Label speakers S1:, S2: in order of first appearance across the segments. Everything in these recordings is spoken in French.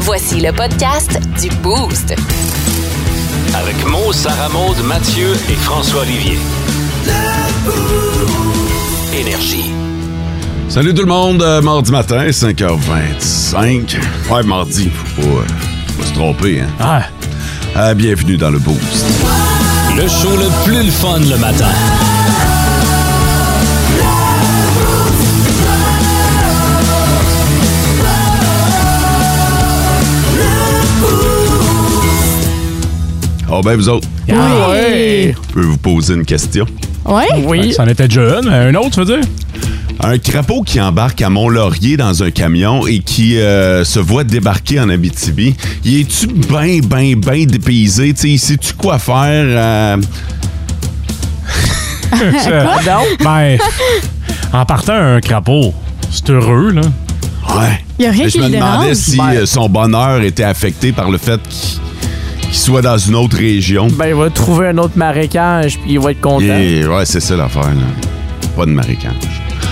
S1: Voici le podcast du Boost.
S2: Avec Mo, Sarah Maud, Mathieu et François Olivier. Énergie.
S3: Salut tout le monde, euh, mardi matin, 5h25. Ouais, mardi, faut pas, euh, pas se tromper, hein. Ah. bienvenue dans le Boost.
S2: Le show le plus le fun le matin.
S3: Ah ben vous autres,
S4: Ah
S5: ouais.
S3: je peux vous poser une question.
S5: Ouais?
S4: Oui.
S6: C'en était déjà une, mais un autre, tu veux dire?
S3: Un crapaud qui embarque à Mont-Laurier dans un camion et qui euh, se voit débarquer en Abitibi, y es-tu ben, ben, ben dépaysé? Tu sais, sais-tu quoi faire? euh,
S6: Ça- Ben, en partant un crapaud, c'est heureux, là.
S3: Ouais.
S5: Y a rien
S3: Mais
S5: qui
S3: je me
S5: le dérange.
S3: demandais si
S4: Ben.
S3: euh, son bonheur était affecté par le fait qu'il qu'il soit dans une autre région.
S4: Ben, il va trouver un autre marécage, puis il va être content.
S3: Et ouais, c'est ça l'affaire. là. Pas de marécage.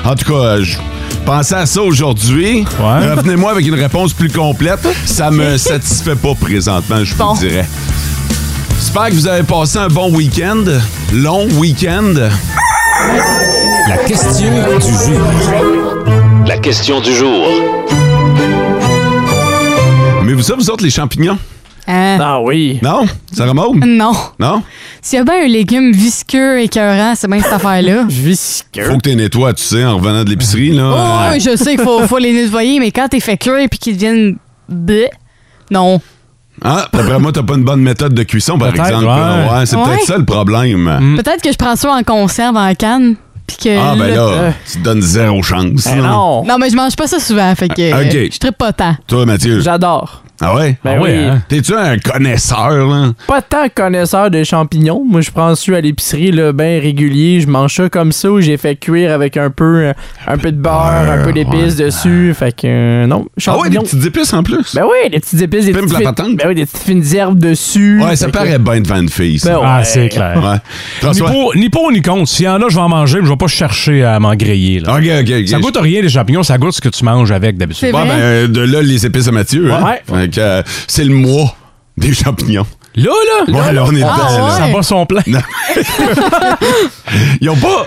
S3: En tout cas, euh, je pensais à ça aujourd'hui.
S6: Ouais.
S3: Revenez-moi avec une réponse plus complète. Ça me satisfait pas présentement, je
S5: Bon.
S3: vous le dirais. J'espère que vous avez passé un bon week-end. Long week-end.
S2: La question du jour. La question du jour.
S3: Mais vous ça, vous autres, les champignons?
S5: Hein?
S4: Ah oui.
S3: Non? Ça remonte?
S5: Non.
S3: Non?
S5: S'il y a bien un légume visqueux, écœurant, c'est bien cette affaire-là.
S4: Visqueux.
S3: Faut que tu nettoies, tu sais, en revenant de l'épicerie, là.
S5: Oh,
S3: Euh,
S5: oui, je sais qu'il faut, faut les nettoyer, mais quand t'es fait cuire et qu'ils deviennent bleh, non.
S3: Ah, d'après moi, t'as pas une bonne méthode de cuisson, par
S6: Peut-être,
S3: exemple.
S6: ouais.
S3: Ouais, c'est peut-être
S5: Ouais.
S3: ça le problème.
S4: Mm.
S5: Peut-être que je prends ça en conserve, en canne, puis que...
S3: Ah, ben
S5: le-
S3: là, tu te donnes zéro chance.
S4: Ben
S3: là.
S4: Euh, non.
S5: Non, mais je mange pas ça souvent, fait que euh,
S3: Ah, Ok.
S5: je trippe pas tant.
S3: Toi, Mathieu.
S4: J'adore.
S3: Ah ouais?
S4: Ben
S6: Ah
S4: oui.
S6: ouais, hein?
S3: T'es-tu un connaisseur, là? Ah
S4: Pas tant connaisseur de champignons. Moi, je prends celui à l'épicerie, là, ben régulier. Je mange ça comme ça, où j'ai fait cuire avec un peu, euh, un peu de beurre, un peu d'épices dessus. Fait que, euh, non.
S3: Ah ouais, des
S4: Champignons.
S3: petites épices en plus?
S4: ben oui, des petites épices, des
S3: Pimpe
S4: petites,
S3: la patente.
S4: fines, ben oui, des petites fines herbes dessus.
S3: ouais, ça
S4: Fait que-
S3: paraît bien devant une fille, ça.
S4: Ben ouais.
S6: Ah, c'est clair.
S3: Eh, Ouais.
S6: Ni
S3: François?
S6: pour, ni pour ni contre. S'il y en a, je vais en manger, mais je vais pas chercher à m'en griller, là.
S3: OK, OK, OK.
S6: Ça goûte rien, les champignons, ça goûte ce que tu manges avec
S5: C'est
S6: d'habitude.
S3: Ouais,
S5: vrai?
S3: ben, euh, de là, les épices à Mathieu. hein?
S4: Ouais.
S3: Fait que, euh, c'est le mois des champignons.
S6: Là, là,
S3: Ouais, là, on est
S5: Ah,
S3: dedans, là.
S5: ouais.
S6: ça va son plein.
S3: Ils ont pas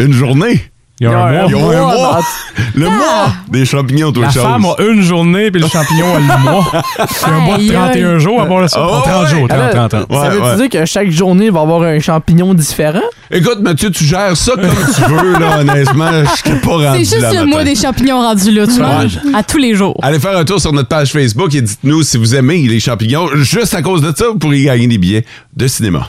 S3: une journée.
S6: Il y a un
S3: Ils
S6: mois.
S3: ont un
S4: Ouais,
S3: mois. Le
S5: Ah.
S3: mois des champignons, toi,
S6: La
S3: Charles.
S6: femme a une journée, puis le champignon a le mois. C'est un mois de
S5: Aïe, aïe.
S6: 31 jours à part le
S3: Ah, ouais,
S6: 30 jours, 30, 30,
S4: Alors,
S6: 30.
S4: Ça
S3: Ouais,
S4: veut
S3: ouais.
S4: dire que chaque journée, il va y avoir un champignon différent?
S3: Écoute, Mathieu, tu gères ça comme tu veux, là, honnêtement. Je t'ai pas rendu
S5: C'est juste
S3: là,
S5: le
S3: matin.
S5: mois des champignons rendus là, tu manges à tous les jours.
S3: Allez faire un tour sur notre page Facebook et dites-nous si vous aimez les champignons. Juste à cause de ça, vous pourriez gagner des billets de cinéma.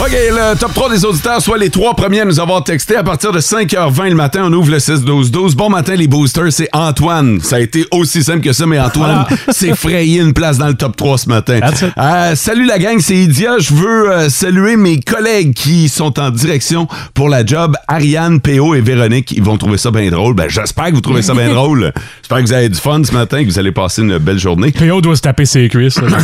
S3: OK, le top 3 des auditeurs, soit les trois premiers à nous avoir texté à partir de 5h20 le matin, on ouvre le 6-12-12. Bon matin, les boosters, c'est Antoine. Ça a été aussi simple que ça, mais Antoine s'est frayé une place dans le top 3 ce matin.
S6: That's it.
S3: Euh, salut la gang, c'est Idia. Je veux euh, saluer mes collègues qui sont en direction pour la job. Ariane, P.O. et Véronique, ils vont trouver ça bien drôle. Ben, j'espère que vous trouvez ça bien drôle. J'espère que vous avez du fun ce matin, que vous allez passer une belle journée.
S6: P.O. doit se taper ses cuisses. là.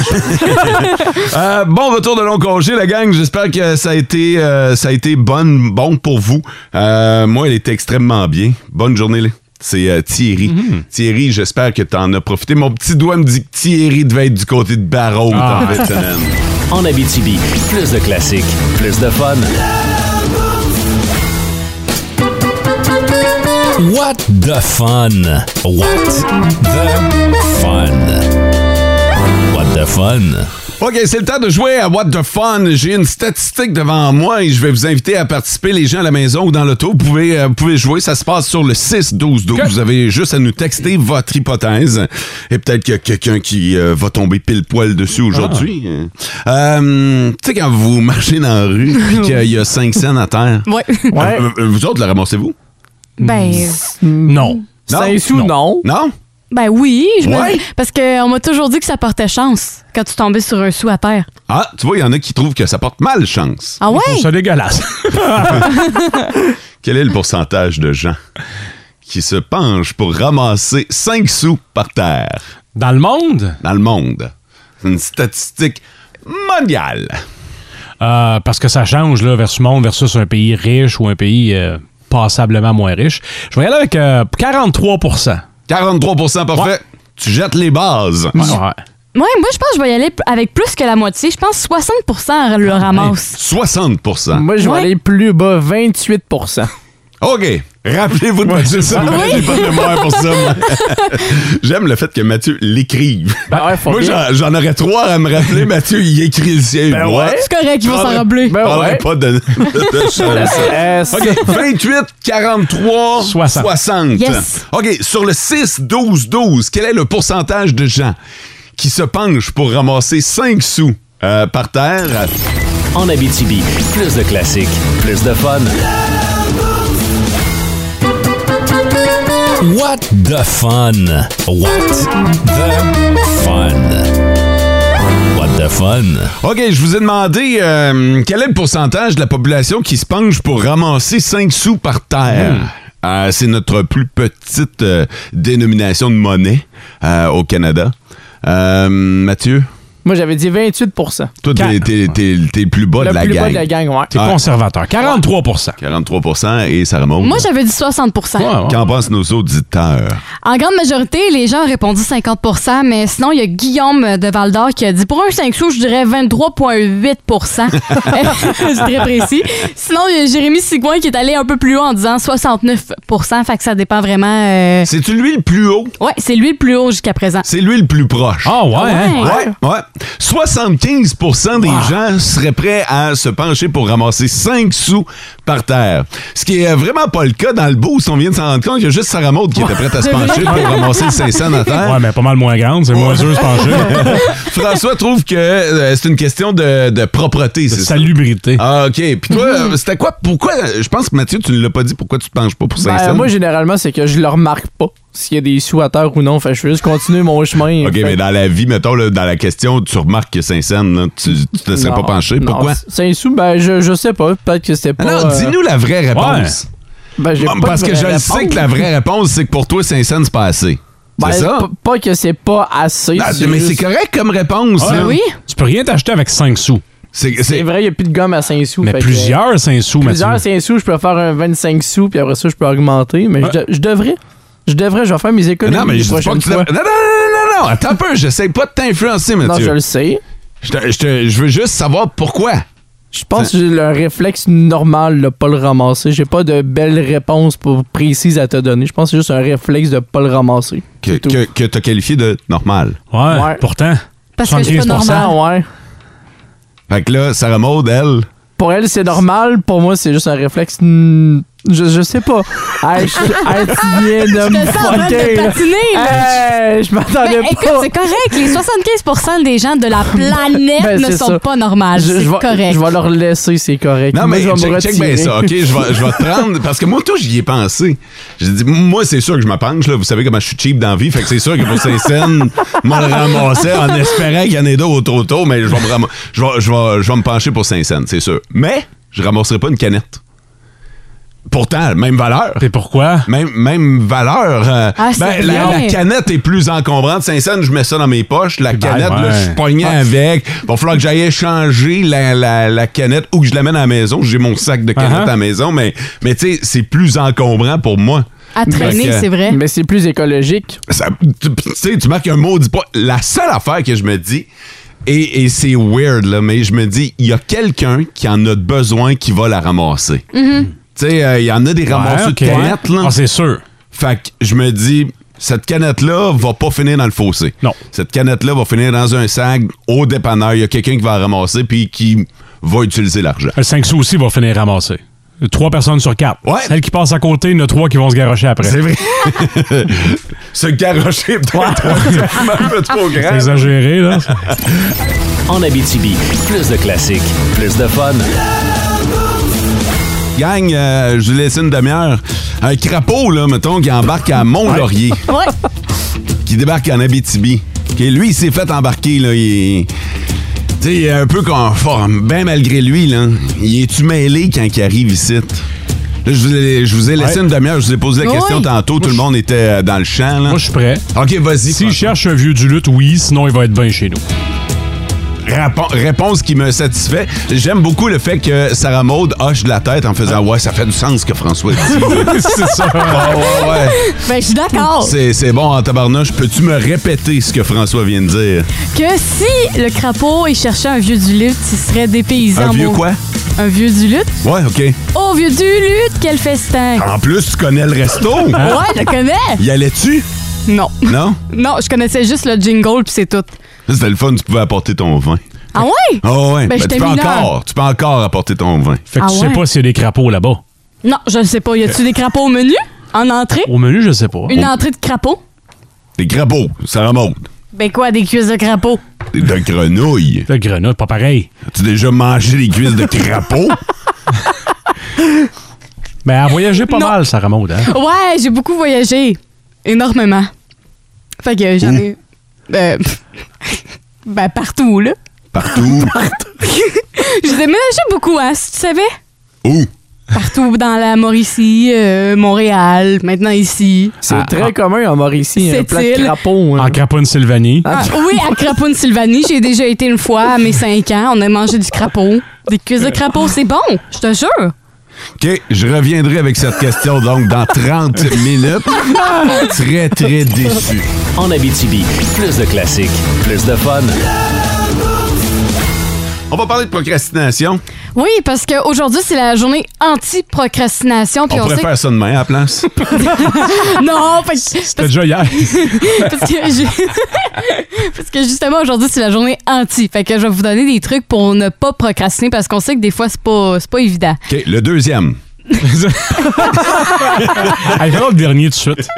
S3: Euh, bon retour de long congé, la gang. J'espère que ça a été, euh, ça a été bonne, bon pour vous. Euh, moi, elle était extrêmement bien. Bonne journée, là. C'est euh, Thierry.
S2: Mhm.
S3: Thierry, j'espère que t'en as profité. Mon petit doigt me dit que Thierry devait être du côté de Barreau en fin de semaine.
S2: Ah. En Abitibi, plus de classiques, plus de fun. What the fun? What the fun? What the fun?
S3: OK, c'est le temps de jouer à What the Fun. J'ai une statistique devant moi et je vais vous inviter à participer, les gens à la maison ou dans l'auto. Vous pouvez, euh, vous pouvez jouer. Ça se passe sur le 6-12-12. Vous avez juste à nous texter votre hypothèse. Et peut-être qu'il y a quelqu'un qui euh, va tomber pile poil dessus aujourd'hui. Euh, tu sais, quand vous marchez dans la rue et qu'il y a 5 cents à terre,
S5: Ouais.
S4: Ouais.
S3: euh, euh, vous autres, le ramassez-vous?
S5: ben,
S6: Non.
S3: Non.
S4: Cinq sous, non.
S3: Non?
S5: ben oui. je me-
S3: Ouais.
S5: Parce qu'on m'a toujours dit que ça portait chance quand tu tombais sur un sou à terre.
S3: Ah, tu vois, il y en a qui trouvent que ça porte mal chance.
S5: Ah ouais?
S6: C'est dégueulasse.
S3: Quel est le pourcentage de gens qui se penchent pour ramasser 5 sous par terre?
S6: Dans le monde,
S3: dans le monde. C'est une statistique mondiale.
S6: euh, euh, parce que ça change là, versus monde versus un pays riche ou un pays euh, passablement moins riche. Je vais y aller avec euh, 43
S3: 43 parfait.
S6: Ouais.
S3: Tu jettes les bases.
S6: Ouais, ouais.
S5: Ouais, moi, je pense que je vais y aller p- avec plus que la moitié. Je pense 60
S3: Ah,
S5: le ramasse.
S3: 60
S4: Moi, je vais
S5: Ouais.
S4: aller plus bas, 28
S3: OK. Rappelez-vous de Mathieu Sabourin, j'ai pas de mémoire pour ça. moi. J'aime le fait que Mathieu l'écrive.
S4: Ben ouais, faut
S3: Moi,
S4: bien.
S3: j'en, j'en aurais trois à me rappeler. Mathieu, il écrit le sien.
S4: Ben
S3: Moi,
S4: ouais.
S5: C'est correct, ils vont
S3: Ah,
S5: s'en
S3: ben-
S5: rappeler.
S4: Ben
S3: je parlerai
S4: ouais.
S3: pas de, de chance.
S4: Euh, c'est-
S3: OK, 28, 43, 60.
S6: 60.
S5: Yes.
S3: OK, sur le 6, 12, 12, quel est le pourcentage de gens qui se penchent pour ramasser 5 sous euh, par terre?
S2: En Abitibi, plus de classiques, plus de fun. What the fun? What the fun? What the fun?
S3: OK, je vous ai demandé euh, quel est le pourcentage de la population qui se penche pour ramasser 5 sous par terre. Euh, c'est notre plus petite euh, dénomination de monnaie euh, au Canada. Euh, Mathieu,
S4: Moi, j'avais dit 28
S3: toi, t'es, t'es- t'es- t'es le plus bas
S4: Le
S3: de la
S4: plus bas
S3: gang.
S4: de la gang, ouais.
S6: T'es
S3: Ah.
S6: conservateur. 43
S3: 43 et ça remonte.
S5: Moi, j'avais dit 60
S6: Ouais, ouais.
S3: Qu'en pensent nos auditeurs?
S5: En grande majorité, les gens ont répondu 50 mais sinon, il y a Guillaume de Val-d'Or qui a dit pour un 5 sous, je dirais 23,8 C'est très précis. Sinon, il y a Jérémy Sigouin qui est allé un peu plus haut en disant 69 fait que ça dépend vraiment. euh,
S3: C'est-tu lui le plus haut?
S5: Ouais, c'est lui le plus haut jusqu'à présent.
S3: C'est lui le plus proche.
S6: Ah ouais, hein?
S5: Ouais.
S3: Ouais, ouais. 75 des gens seraient prêts à se pencher pour ramasser 5 sous par terre. Ce qui est vraiment pas le cas dans le boost. On vient de s'en rendre compte qu'il y a juste Sarah Maud qui était prête à se pencher pour ramasser le 500 à terre.
S6: Ouais, mais pas mal moins grande, c'est moins sûr de se pencher.
S3: François trouve que euh, c'est une question de, de propreté,
S6: De
S3: c'est ça?
S6: Salubrité.
S3: Ah, OK. Puis toi,
S4: Mm-hmm.
S3: euh, c'était quoi? Pourquoi? Je pense que Mathieu, tu ne l'as pas dit. Pourquoi tu te penches pas pour 500?
S4: Ben, moi, généralement, c'est que je le remarque pas s'il y a des sous à terre ou non. Fait que je fais juste continuer mon chemin.
S3: OK,
S4: Fait
S3: mais
S4: que-
S3: dans la vie, mettons, là, dans la question, tu remarques que Saint-Saëns, là, tu, tu te serais
S4: Non,
S3: pas penché.
S4: non,
S3: Pourquoi? Ah
S4: c'est- C'est un sou, ben, je, je sais pas. Peut-être que c'était pas.
S3: Non,
S4: euh,
S3: dis-nous la vraie réponse.
S4: ben, j'ai
S3: Bon,
S4: pas de
S3: Parce que
S4: vraie
S3: je le sais
S4: réponse.
S3: que la vraie réponse, c'est que pour toi, Saint-Saëns, c'est pas assez.
S4: Ben,
S3: c'est ça?
S4: p- Pas que c'est pas assez.
S3: Ah,
S4: c'est
S3: mais
S4: juste-
S3: c'est correct comme réponse.
S6: Ouais.
S3: là.
S5: Ben Oui?
S6: Ah, Tu peux rien t'acheter avec 5 sous.
S3: C'est-
S4: C'est
S3: c'est-
S4: vrai, il n'y a plus de gomme à 5 sous.
S6: Mais
S4: fait que,
S6: plusieurs 5 sous,
S4: euh,
S6: Mathieu.
S4: plusieurs 5 sous, je peux faire un 25 sous, puis après ça, je peux augmenter. Mais je de- je devrais. Je devrais, je vais faire mes économies.
S3: Non, mais
S4: les
S3: je dis pas que
S4: prochaines
S3: tu- Non,
S4: fois.
S3: non, non, non, non, non, attends un peu, j'essaie pas de t'influencer,
S4: Non, je
S3: Mathieu.
S4: le sais.
S3: je, te- je te- je veux juste savoir pourquoi.
S4: Je pense que j'ai le réflexe normal de pas le ramasser. J'ai pas de belle réponse pour, précise à te donner. Je pense que c'est juste un réflexe de pas le ramasser.
S3: Que,
S4: C'est tout.
S3: que, que t'as qualifié de normal.
S6: Ouais,
S4: Ouais.
S6: pourtant.
S5: Parce que c'est pas
S6: 75%.
S5: normal.
S4: Ah ouais.
S3: Fait que là, Sarah Maud, elle.
S4: Pour elle, c'est normal. Pour moi, c'est juste un réflexe. hmm, Je, je sais pas.
S5: Ah,
S4: hey, je- hey, tu viens de
S5: Je te
S4: me
S5: sens en train de
S4: fucker. là.
S5: patiner, là.
S4: Hey, je m'attendais
S5: Ben,
S4: pas.
S5: écoute, c'est correct. Les 75 des gens de la planète
S4: Ben,
S5: ne
S4: c'est
S5: sont
S4: ça.
S5: pas normales.
S4: je, je
S5: C'est
S4: vais-
S5: correct.
S4: je vais leur laisser, c'est correct.
S3: Non,
S4: Moi,
S3: mais
S4: je vais me
S3: check, check
S4: retirer.
S3: bien ça, OK? Je vais, je vais te prendre, parce que moi, tout, j'y ai pensé. J'ai dit, moi, c'est sûr que je me penche, là. Vous savez comment je suis cheap dans la vie, fait que c'est sûr que pour Saint-Saëns, moi, le ramassais en espérant qu'il y en ait d'autres autour, tôt, mais je vais, me ram- je vais- je vais- je vais me pencher pour Saint-Saëns, c'est sûr. Mais, je ramasserai pas une canette. Pourtant, même valeur.
S6: Et pourquoi?
S3: Même, même valeur. euh,
S5: Ah, c'est
S3: ben, la,
S5: vrai.
S3: la canette est plus encombrante. Saint-Saëns, je mets ça dans mes poches. La
S6: Ben,
S3: canette, là,
S6: ouais.
S3: je suis pogné avec. Va falloir que j'aille échanger la, la, la canette ou que je l'amène à la maison. J'ai mon sac de canette
S6: Uh-huh.
S3: à la maison, mais, mais tu sais, c'est plus encombrant pour moi.
S5: À traîner,
S3: Fait que-
S5: c'est vrai.
S4: Mais c'est plus écologique.
S3: Ça- tu tu sais, tu marques un mot, dis pas. La seule affaire que je me dis, et, et c'est weird, là, mais je me dis, il y a quelqu'un qui en a besoin qui va la ramasser. Tu sais, euh, il y en a des ramasseurs
S6: Ouais, ok.
S3: de canettes, là.
S6: Ah, c'est sûr.
S3: Fait que je me dis, cette canette-là va pas finir dans le fossé.
S6: Non.
S3: Cette canette-là va finir dans un sac au dépanneur. Il y a quelqu'un qui va la ramasser puis qui va utiliser l'argent.
S6: Le 5 sous aussi va finir ramassé. Trois personnes sur quatre.
S3: Ouais.
S6: Celles qui passent à côté, il y en a trois qui vont se garrocher après.
S3: C'est vrai. Ce garocher, peut-être un peu trop
S6: C'est
S3: grand.
S6: exagéré, là.
S2: En Abitibi, plus de classiques, plus de fun.
S3: Gang, euh, je vous laisse une demi-heure. Un crapaud, là, mettons, qui embarque à Mont-Laurier,
S5: Ouais.
S3: qui débarque en Abitibi. Ok, lui, il s'est fait embarquer, là. Il est... Tu sais, il est un peu conforme, bien malgré lui, là. Il est-tu mêlé quand il arrive ici? Là, je vous ai, je vous ai laissé
S6: Ouais.
S3: une demi-heure, je vous ai posé la
S5: Ouais.
S3: question tantôt, tout le monde était euh, dans le champ, là.
S6: Moi, je suis prêt.
S3: OK, vas-y.
S6: S'il
S3: François.
S6: cherche un vieux du lutte, oui, sinon il va être bien chez nous.
S3: Rapo- réponse qui me satisfait. J'aime beaucoup le fait que Sarah Maud hoche de la tête en faisant Ouais, ça fait du sens ce que François dit. c'est ça. Ah, ouais, ouais.
S5: Ben, je suis d'accord.
S3: C'est, c'est bon en tabarnouche. Peux-tu me répéter ce que François vient de dire?
S5: Que si le crapaud il cherchait un vieux du lutte, il serait dépaysé
S3: Un
S5: en
S3: vieux
S5: beau-
S3: quoi?
S5: Un vieux du lutte.
S3: Ouais, OK.
S5: Oh, vieux du lutte, quel festin!
S3: En plus, tu connais le resto. Hein?
S5: Ouais, je le connais!
S3: Y allais-tu?
S5: Non.
S3: Non?
S5: Non, je connaissais juste le jingle, puis c'est tout.
S3: C'était le fun, tu pouvais apporter ton vin.
S5: Ah ouais?
S3: Oh ouais,
S5: Ben,
S3: tu
S5: j'étais
S3: peux
S5: mineure.
S3: encore, tu peux encore apporter ton vin.
S6: Fait que
S5: Ah
S6: tu
S5: ouais?
S6: sais pas s'il y a des crapauds là-bas.
S5: Non, je ne sais pas. Y
S3: Euh.
S5: a-tu des crapauds au menu? En entrée?
S6: Au menu, je sais pas.
S5: Une entrée de crapaud?
S3: Des crapauds, ça remonte.
S5: Ben quoi, des cuisses de crapaud?
S3: Des- De grenouilles.
S6: Le grenade, pas pareil.
S3: As-tu déjà mangé les cuisses de crapauds?
S6: Mais elle voyageait pas
S5: Non.
S6: mal, Sarah Maud. Hein?
S5: Ouais, j'ai beaucoup voyagé. Énormément. Fait que j'en ai. euh, ben, partout, là.
S3: Partout.
S5: J'ai déménagé beaucoup, hein, si tu savais?
S3: Où?
S5: Partout dans la Mauricie, euh, Montréal, maintenant ici.
S4: C'est
S6: Ah,
S4: très
S6: ah.
S4: commun en Mauricie, un plat de
S5: C'est-il?
S4: crapaud. hein.
S6: En Craponne-Sylvanie.
S5: Ah, oui, à Crapoune-Sylvanie, j'ai déjà été une fois à mes 5 ans. On a mangé du crapaud. Des cuisses de crapaud, c'est bon, je te jure.
S3: OK, je reviendrai avec cette question donc dans 30 minutes. très, très déçu.
S2: En Abitibi, plus de classiques, plus de fun.
S3: On va parler de procrastination.
S5: Oui, parce qu'aujourd'hui, c'est la journée anti-procrastination. Puis on,
S3: on pourrait
S5: sait.
S3: faire ça demain à la place.
S5: Non, parce,
S6: C'était déjà hier.
S5: parce que, j'ai- parce que justement, aujourd'hui, c'est la journée anti. Fait que je vais vous donner des trucs pour ne pas procrastiner parce qu'on sait que des fois, c'est pas, c'est pas évident.
S3: OK, le deuxième.
S6: Elle verra le dernier tout de suite.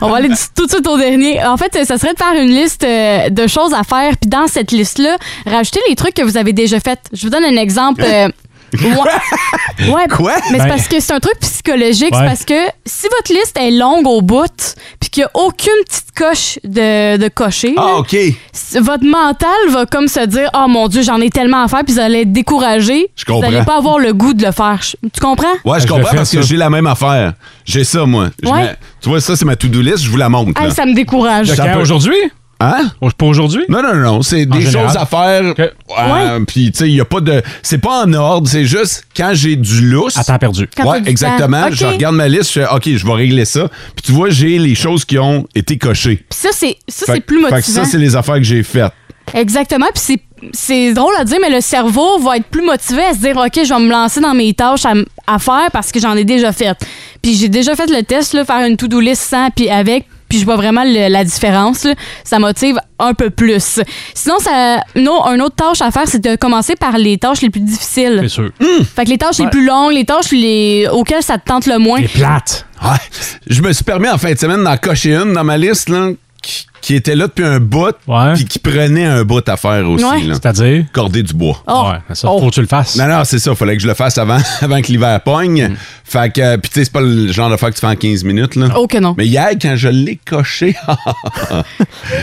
S5: On va aller du- tout de suite au dernier. En fait, euh, ça serait de faire une liste euh, de choses à faire, puis dans cette liste-là, rajouter les trucs que vous avez déjà fait. Je vous donne un exemple. euh, ouais. Ouais,
S3: Quoi?
S5: Mais c'est
S6: Ben-
S5: parce que c'est un truc psychologique.
S6: Ouais.
S5: C'est parce que si votre liste est longue au bout, puis qu'il n'y a aucune petite coche de, de cocher,
S3: Ah,
S5: là,
S3: OK.
S5: s- votre mental va comme se dire Oh mon Dieu, j'en ai tellement à faire, puis vous allez être découragé.
S3: Je
S5: Vous
S3: comprends.
S5: n'allez pas avoir le goût de le faire. Je- Tu comprends?
S3: Ouais, je
S6: Ah, Je le
S3: comprends
S6: fais,
S3: parce que
S6: ça.
S3: j'ai la même affaire. J'ai ça, moi. Je
S5: Ouais.
S3: mets- tu vois, ça, c'est ma to-do list. Je vous la montre.
S5: Hey,
S3: là.
S5: ça me décourage.
S6: De
S3: Ça
S6: quand,
S3: peut-
S6: aujourd'hui?
S3: Hein?
S6: Oh, Pas aujourd'hui?
S3: Non, non, non, c'est des
S6: général.
S3: choses à faire.
S6: Ok.
S3: euh, Puis, tu sais, il n'y a pas de. C'est pas en ordre, c'est juste quand j'ai du lousse.
S6: À temps perdu.
S5: Quand t'as
S3: ouais,
S5: du
S3: exactement.
S5: temps.
S3: Je
S5: Ok.
S3: regarde ma liste, je fais OK, je vais régler ça. Puis, tu vois, j'ai les choses qui ont été cochées.
S5: Puis ça, c'est ça,
S3: Fait-
S5: c'est plus
S3: fait que
S5: motivant.
S3: ça, c'est les affaires que j'ai faites.
S5: Exactement. Puis c'est, c'est drôle à dire, mais le cerveau va être plus motivé à se dire OK, je vais me lancer dans mes tâches à, m- à faire parce que j'en ai déjà fait. Puis j'ai déjà fait le test, là, faire une to-do list sans puis avec. Puis je vois vraiment le- la différence. là. Ça motive un peu plus. Sinon, ça, non, une autre tâche à faire, c'est de commencer par les tâches les plus difficiles.
S6: C'est sûr.
S5: Fait que les tâches les plus longues, les tâches les, auxquelles ça te tente le moins.
S6: Elle est plate.
S3: Ouais. Je me suis permis en fin de semaine d'en cocher une dans ma liste, là, qui, qui était là depuis un bout,
S6: Ouais.
S3: puis qui prenait un bout à faire aussi.
S5: Ouais.
S3: là.
S6: C'est-à-dire?
S3: Corder du bois.
S5: Oh.
S6: Ouais, ça, faut que tu le fasses. Mm.
S3: Non, non, c'est ça. Fallait que je le fasse avant, avant que l'hiver pogne. Fait que, euh, puis tu sais, c'est pas le genre de fois que tu fais en 15 minutes, là.
S5: Oh que non.
S3: Mais hier, quand je l'ai coché,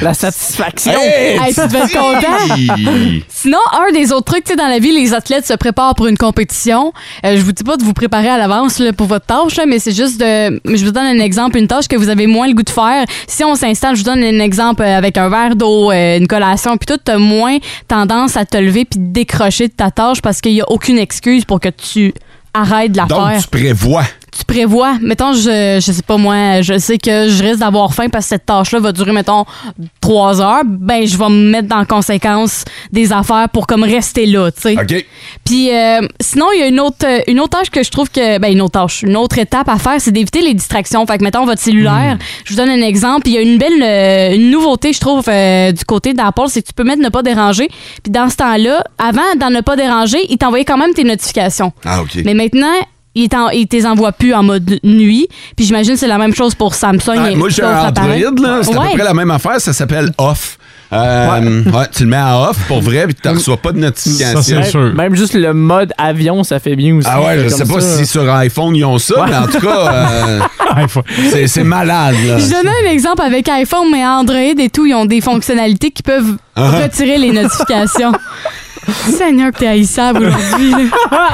S4: La satisfaction.
S5: Hey, tu devais être content.
S3: Hey!
S5: Sinon, un des autres trucs, tu sais, dans la vie, les athlètes se préparent pour une compétition. Euh, je vous dis pas de vous préparer à l'avance là, pour votre tâche, là, mais c'est juste de. Je vous donne un exemple, une tâche que vous avez moins le goût de faire. Si on s'installe, je vous donne un exemple euh, avec un verre d'eau, euh, une collation, puis tout, t'as moins tendance à te lever puis te décrocher de ta tâche parce qu'il y a aucune excuse pour que tu arrêtes de la
S3: Donc,
S5: faire.
S3: tu prévois.
S5: Tu prévois, mettons, je, je sais pas moi, je sais que je risque d'avoir faim parce que cette tâche-là va durer, mettons, trois heures, ben je vais me mettre dans conséquence des affaires pour comme rester là, tu sais.
S3: OK?
S5: Puis euh, sinon, il y a une autre, euh, une autre tâche que je trouve que. Ben, une autre tâche, une autre étape à faire, c'est d'éviter les distractions. Fait que, mettons, votre cellulaire,
S3: Hmm.
S5: je vous donne un exemple. Il y a une belle euh, une nouveauté, je trouve, euh, du côté d'Apple, c'est que tu peux mettre ne pas déranger. Puis dans ce temps-là, avant, dans ne pas déranger, il t'envoyait quand même tes notifications.
S3: Ah, OK.
S5: Mais maintenant, il t'en- il t'es envoie plus en mode nuit. Puis j'imagine que c'est la même chose pour Samsung.
S3: Ah,
S5: et
S3: moi, j'ai
S5: d'autres
S3: un
S5: appareils.
S3: Android, là. C'est à
S5: Ouais.
S3: peu près la même affaire. Ça s'appelle Off. Euh, ouais, tu le mets à off pour vrai, puis tu reçois pas de notification.
S6: Ça, c'est
S4: Même-
S6: sûr.
S4: Même juste le mode avion, ça fait bien aussi.
S3: Ah ouais, je
S4: Comme
S3: sais pas
S4: ça.
S3: si sur iPhone ils ont ça, mais en tout cas, euh,
S6: Ouais, Ah, faut-
S3: c'est- c'est malade. Là.
S5: Je donnais un exemple avec iPhone, mais Android et tout, ils ont des fonctionnalités qui peuvent
S6: Ah
S5: retirer les notifications. Seigneur, que t'es haïssable aujourd'hui. là.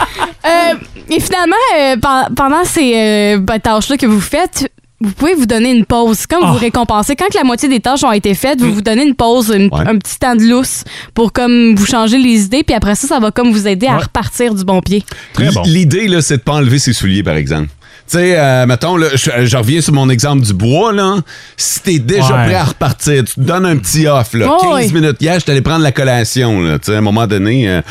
S5: Euh, et finalement, euh, pen- pendant ces euh, ben, tâches-là que vous faites, vous pouvez vous donner une pause. Comme
S6: Ah. Mm.
S5: vous récompensez, quand que la moitié des tâches ont été faites, vous vous donnez une pause, une-
S3: Ouais.
S5: un petit temps de lousse pour comme vous changer les idées, puis après ça, ça va comme vous aider à
S6: Ouais.
S5: repartir du bon pied.
S6: Très bon.
S3: L'idée, là, c'est de pas enlever ses souliers, par exemple. Tu sais, euh, mettons, là, je, je reviens sur mon exemple du bois, là. Si t'es déjà
S6: Ouais.
S3: prêt à repartir, tu te donnes un petit off, là.
S5: Oh,
S3: 15
S5: oui.
S3: minutes. Hier, je t'allais prendre la collation, là. Tu sais, à un moment donné. euh,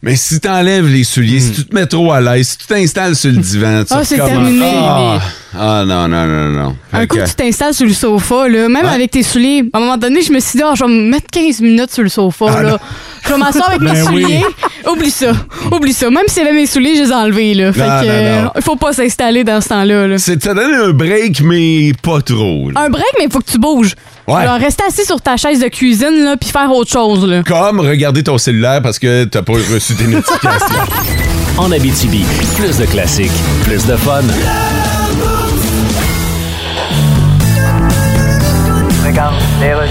S3: mais si t'enlèves les souliers, si tu te mets trop à l'aise, si tu t'installes sur le divan, tu
S5: Hmm. Ah, c'est
S3: recommences.
S5: terminé.
S3: Ah, ah, non, non, non, non.
S5: Un
S3: Fait
S5: coup,
S3: que- Hein?
S5: tu t'installes sur le sofa, là, même
S3: Ouais.
S5: avec tes souliers. À un moment donné, je me suis dit, Ah, je vais me mettre 15 minutes sur le sofa.
S3: Ah,
S5: là. Je vais m'asseoir avec mes
S6: Ben oui.
S5: souliers. Oublie ça. Oublie ça. Même si j'avais mes souliers, je les ai enlevés. Là. Fait
S3: Non,
S5: que,
S3: non,
S5: euh,
S3: non.
S5: faut pas s'installer dans ce temps-là. là.
S3: c'est de te donner un break, mais pas trop. là.
S5: Un break, mais il faut que tu bouges.
S3: Ouais.
S5: Alors, rester assis sur ta chaise de cuisine, là, puis faire autre chose, là.
S3: Comme regarder ton cellulaire parce que t'as pas reçu des notifications.
S2: En Abitibi, plus de classiques, plus de fun.
S7: Regarde, les rues.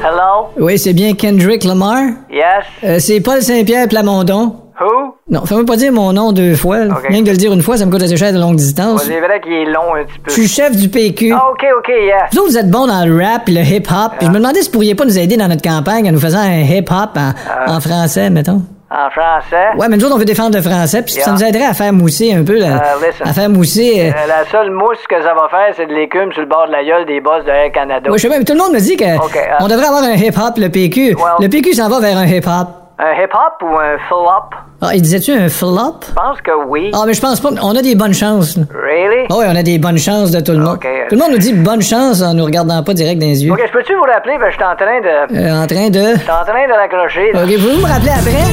S7: Hello?
S8: Oui, c'est bien Kendrick Lamar.
S7: Yes?
S8: Euh, c'est Paul Saint-Pierre Plamondon.
S7: Who?
S8: Non, fais-moi pas dire mon nom deux fois. là.
S7: Ok.
S8: Rien que de le dire une fois, ça me coûte assez cher de longue distance.
S7: Ouais, C'est vrai qu'il est long un petit peu.
S8: Je suis chef du PQ.
S7: Ah, ok, ok, yeah.
S8: Vous autres, vous êtes bon dans le rap, le hip-hop. puis Je me demandais si vous pourriez pas nous aider dans notre campagne en nous faisant un hip-hop en,
S7: Euh.
S8: en français, mettons.
S7: En français?
S8: Ouais, mais nous autres, on veut défendre le français, puis ça
S7: Yeah.
S8: nous aiderait à faire mousser un peu, la,
S7: Euh, listen.
S8: à faire mousser... euh,
S7: Euh, la seule mousse que ça va faire, c'est de l'écume sur le bord de la gueule des boss de Air Canada.
S8: Moi, je sais même, tout le monde me dit que
S7: Ok, euh,
S8: on devrait avoir un hip-hop, le PQ.
S7: Well-
S8: Le PQ s'en va vers un hip-hop.
S7: Un hip-hop ou un flop?
S8: Ah, il disait-tu un flop?
S7: Je pense que oui.
S8: Ah, mais je pense pas. On a des bonnes chances. là.
S7: Really?
S8: Ah oui, on a des bonnes chances de tout le monde.
S7: Ok, euh,
S8: Tout le monde nous dit bonne chance en nous regardant pas direct dans les yeux.
S7: Ok, je peux-tu vous rappeler? Parce que je suis en train de...
S8: Euh, en train de.
S7: Je suis en train de raccrocher, là,
S8: Ok, vous me rappeler après?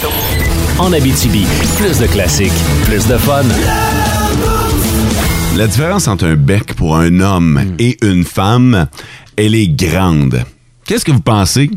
S7: tantôt.
S2: En Abitibi, plus de classiques, plus de fun.
S3: La différence entre un bec pour un homme et une femme, elle est grande. Qu'est-ce que vous pensez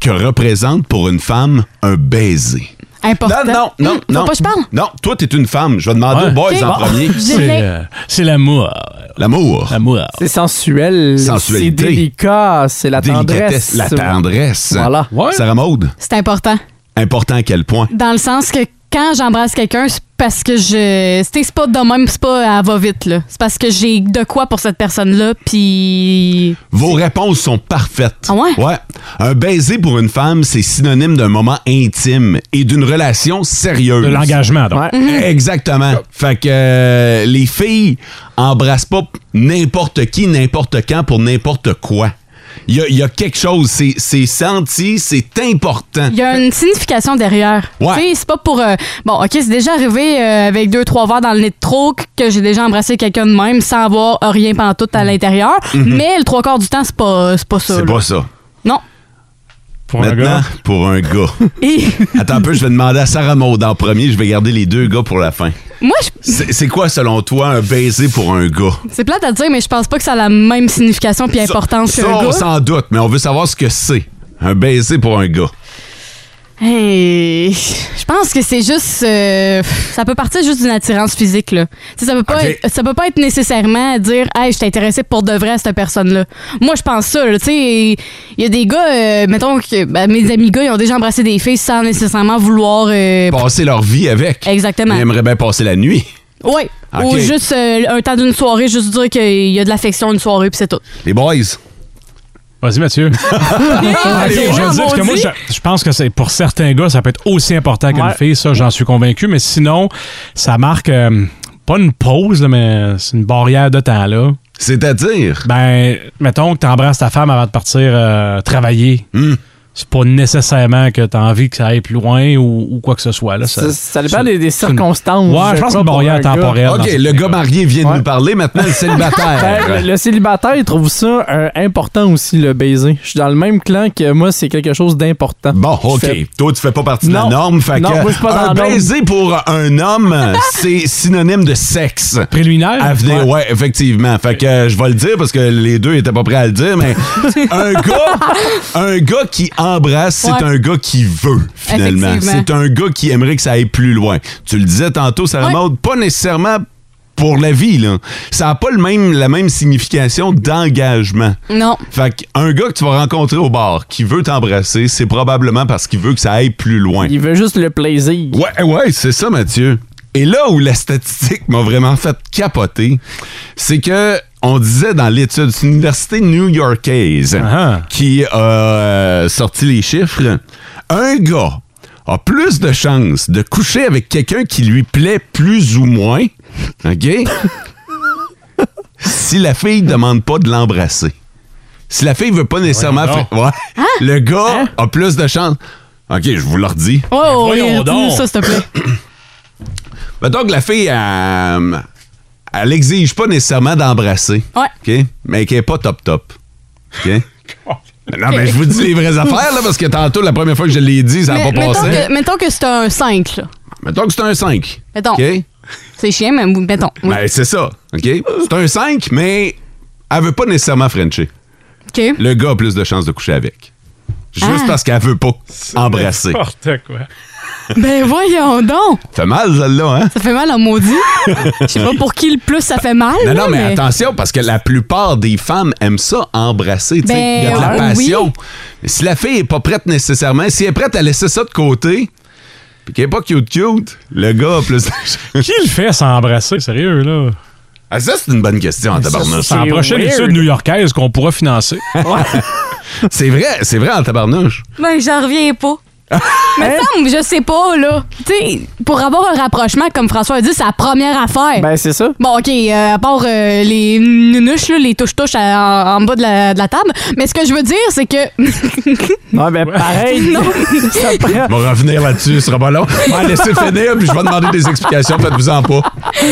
S3: que représente pour une femme un baiser?
S5: Important.
S3: Non, non, non,
S5: Hum,
S3: non.
S5: Faut pas que je parle?
S3: Non, toi, t'es une femme. Je vais demander
S6: Ouais.
S3: aux boys
S5: Ok.
S3: en
S5: Bon.
S3: premier.
S5: J'ai
S6: C'est,
S5: rien.
S6: euh, c'est l'amour.
S3: L'amour.
S6: L'amour.
S4: C'est sensuel. C'est
S3: Sensualité.
S4: délicat. C'est la
S3: Délicatesse,
S4: tendresse.
S3: la tendresse.
S4: Voilà.
S6: Ouais.
S3: Sarah Maud,
S5: C'est important.
S3: important à quel point?
S5: Dans le sens que quand j'embrasse quelqu'un, c'est parce que je. C'est c'est pas de même, c'est pas à va vite, là. C'est parce que j'ai de quoi pour cette personne-là, puis.
S3: Vos réponses sont parfaites.
S5: Ah ouais?
S3: Ouais. Un baiser pour une femme, c'est synonyme d'un moment intime et d'une relation sérieuse.
S6: De l'engagement, donc.
S4: Ouais.
S5: Mm-hmm.
S3: Exactement. Fait que euh, les filles embrassent pas n'importe qui, n'importe quand, pour n'importe quoi. Il y a, il y a quelque chose, c'est- c'est senti, c'est important.
S5: Il y a une signification derrière.
S3: Ouais.
S5: Tu sais, c'est pas pour. euh, bon, OK, c'est déjà arrivé euh, avec deux, trois verres dans le nez de trop que- que j'ai déjà embrassé quelqu'un de même sans avoir rien pantoute à l'intérieur. Mais le trois quarts du temps, c'est pas, c'est pas ça.
S3: Mhm. C'est
S5: là.
S3: pas ça.
S5: Non.
S6: Pour un
S3: Maintenant,
S6: gars.
S3: pour un gars.
S5: Et
S3: Attends un peu, je vais demander à Sarah Maud en premier, je vais garder les deux gars pour la fin.
S5: moi, je-
S3: C'est c'est quoi, selon toi, un baiser pour un gars?
S5: c'est plate à dire, mais je pense pas que ça a la même signification puis importance
S3: ça,
S5: qu'un
S3: ça,
S5: gars.
S3: on s'en doute, mais on veut savoir ce que c'est. Un baiser pour un gars.
S5: Hey, je pense que c'est juste, euh, ça peut partir juste d'une attirance physique là. Tu sais, ça peut pas,
S3: Ok.
S5: être- ça peut pas être nécessairement dire, hey, je t'intéressais pour de vrai à cette personne-là. Moi, je pense ça. là. Tu sais, il y a des gars, euh, mettons que ben, mes amis gars, ils ont déjà embrassé des filles sans nécessairement vouloir. euh,
S3: Passer leur vie avec.
S5: Exactement.
S3: Ils aimeraient bien passer la nuit.
S5: ouais.
S3: Ok.
S5: Ou juste euh, un temps d'une soirée, juste dire qu'il y a de l'affection une soirée puis c'est tout.
S3: Les boys.
S6: Vas-y, Mathieu. Ok,
S5: Hey,
S6: je veux dire, parce que
S5: maudit.
S6: moi, je, je pense que c'est pour certains gars, ça peut être aussi important qu'une
S4: Ouais.
S6: fille, ça, j'en suis convaincu. Mais sinon, ça marque euh, pas une pause, là, mais c'est une barrière de temps, là.
S3: C'est-à-dire.
S6: Ben, mettons que t'embrasses ta femme avant de partir euh, travailler.
S3: Hmm.
S6: C'est pas nécessairement que t'as envie que ça aille plus loin ou, ou quoi que ce soit, là.
S4: Ça, ça dépend
S6: c'est-
S4: des, des
S6: c'est une-
S4: circonstances.
S6: Ouais, je pense que c'est
S4: crois,
S6: une
S4: pour
S6: barrière
S4: un gars.
S6: temporelle. dans
S3: OK,
S6: cette
S3: le gars
S6: époque.
S3: marié vient de
S4: Ouais.
S3: nous parler, maintenant le
S4: Ben,
S3: célibataire.
S4: le célibataire, il trouve ça euh, important aussi, le baiser. Je suis dans le même clan que moi, c'est quelque chose d'important.
S3: Bon, OK.
S4: Je fais-
S3: Toi, tu fais pas partie de la
S4: Non.
S3: norme. Fait
S4: Non,
S3: que
S4: moi, je suis pas
S3: un
S4: dans la norme.
S3: baiser pour un homme, c'est synonyme de sexe.
S6: Préliminaire?
S3: À venir,
S6: Ouais.
S3: ouais. effectivement. Fait que euh, je vais le dire parce que les deux étaient pas prêts à le dire, mais un gars, un gars qui embrasse, c'est
S5: Ouais.
S3: un gars qui veut, finalement.
S5: Effectivement.
S3: C'est un gars qui aimerait que ça aille plus loin. Tu le disais tantôt, ça
S5: Ouais.
S3: remonte pas nécessairement pour la vie, là. Ça n'a pas le même, la même signification d'engagement.
S5: Non.
S3: Fait qu'un gars que tu vas rencontrer au bar qui veut t'embrasser, c'est probablement parce qu'il veut que ça aille plus loin.
S4: Il veut juste le plaisir.
S3: Ouais, ouais, c'est ça, Mathieu. Et là où la statistique m'a vraiment fait capoter, c'est que on disait dans l'étude, c'est l'université new-yorkaise
S6: Ah.
S3: qui a euh, sorti les chiffres. Un gars a plus de chances de coucher avec quelqu'un qui lui plaît plus ou moins, OK? si la fille demande pas de l'embrasser. Si la fille veut pas nécessairement
S6: Voyons
S3: faire- Ouais.
S5: Hein?
S3: Le gars a plus de chances. OK, je vous le redis.
S5: Oh,
S6: voyons
S5: oui,
S6: donc.
S5: dis-nous ça, s'il te plaît.
S3: Mettons que la fille, elle, elle exige pas nécessairement d'embrasser.
S5: Ouais.
S3: OK? Mais qu'elle est pas top top. OK? non, mais je vous dis les vraies affaires, là, parce que tantôt, la première fois que je l'ai dit, ça n'a
S5: Mais-
S3: pas
S5: mettons,
S3: passé.
S5: que, mettons que c'est un 5, là.
S3: Mettons que c'est un 5.
S5: Mettons.
S3: OK?
S5: C'est chiant, mais mettons. oui.
S3: Ben, c'est ça. OK? C'est un 5, mais elle veut pas nécessairement Frencher.
S5: OK.
S3: Le gars a plus de chances de coucher avec. Juste
S5: Ah.
S3: parce qu'elle veut pas embrasser.
S6: N'importe quoi.
S5: Ben voyons donc!
S3: Fait mal, celle-là, hein?
S5: Ça fait mal en maudit. Je sais pas pour qui le plus ça fait mal.
S3: Non, non,
S5: là,
S3: mais attention, parce que la plupart des femmes aiment ça, embrasser. tu sais.
S5: Ben,
S3: Il y a de la
S5: oui.
S3: passion. Mais si la fille est pas prête nécessairement, si elle est prête à laisser ça de côté, puis qu'elle est pas cute-cute, le gars a plus de
S6: Qui le fait s'embrasser, sérieux, là?
S3: Ah, ça, c'est une bonne question, en tabarnouche.
S6: C'est la prochaine
S4: weird.
S6: étude new-yorkaise qu'on pourra financer.
S3: C'est vrai, c'est vrai, en tabarnouche.
S5: Ben, j'en reviens pas. Mais
S3: Hein?
S5: semble, je sais pas, là. Tu sais, pour avoir un rapprochement, comme François a dit, c'est la première affaire.
S4: Ben, c'est ça.
S5: Bon, OK, euh, à part euh, les nunuches, là, les touches-touches à- en, en bas de la, de la table, mais ce que je veux dire, c'est que...
S4: Non, ben, pareil. ça prend.
S3: On va revenir là-dessus, ce sera pas long. On va laisser finir, puis je vais demander des explications, faites-vous-en pas.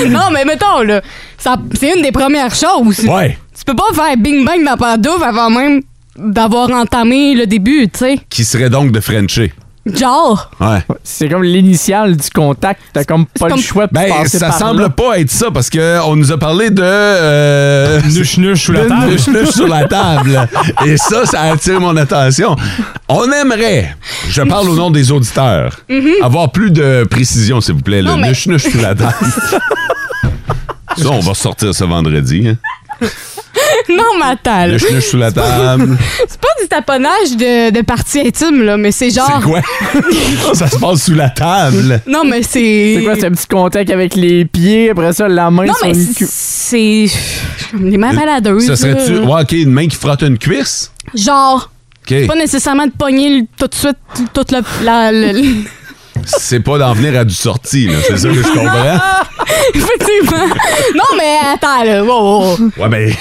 S5: non, mais mettons, là, ça- c'est une des premières choses.
S3: Ouais.
S5: Tu peux pas faire bing-bang dans Padoue avant même d'avoir entamé le début, tu sais.
S3: Qui serait donc de Frencher?
S5: Genre...
S3: Ouais.
S4: C'est comme l'initiale du contact. T'as comme pas
S5: comme-
S4: le choix de
S3: Ben,
S4: passer
S3: ça
S4: par
S3: semble
S4: là.
S3: pas être ça, parce qu'on nous a parlé de. euh,
S6: Nuche-nuche sous la
S3: Une
S6: table.
S3: mouche-mouche sur la table. Et ça, ça attire mon attention. On aimerait, je parle au nom des auditeurs, avoir plus de précision, s'il vous plaît. Le
S5: Mhm. Non, mais-
S3: nuche-nuche sur la table. Ça, on va sortir ce vendredi. Hein.
S5: Non, mais attends, là.
S3: Nuche-nuche sur la table.
S5: C'est pas du taponnage de, de partie intime, là, mais c'est genre...
S3: C'est quoi? ça se passe sous la table.
S5: Non, mais c'est...
S4: C'est quoi, c'est un petit contact avec les pieds, après ça, la main
S5: Non,
S4: sur
S5: mais
S4: le cul.
S5: c'est... Les mains maladeuses,
S3: Ça serait-tu.
S5: là.
S3: Ouais, OK, une main qui frotte une cuisse?
S5: Genre...
S3: OK.
S5: Pas nécessairement de pogner le- tout de suite toute la, la- la- la-
S3: C'est pas d'en venir à du sorti, là. C'est ça que je comprends.
S5: Effectivement. Non, mais attends, là. Wow, wow.
S3: Ouais, mais.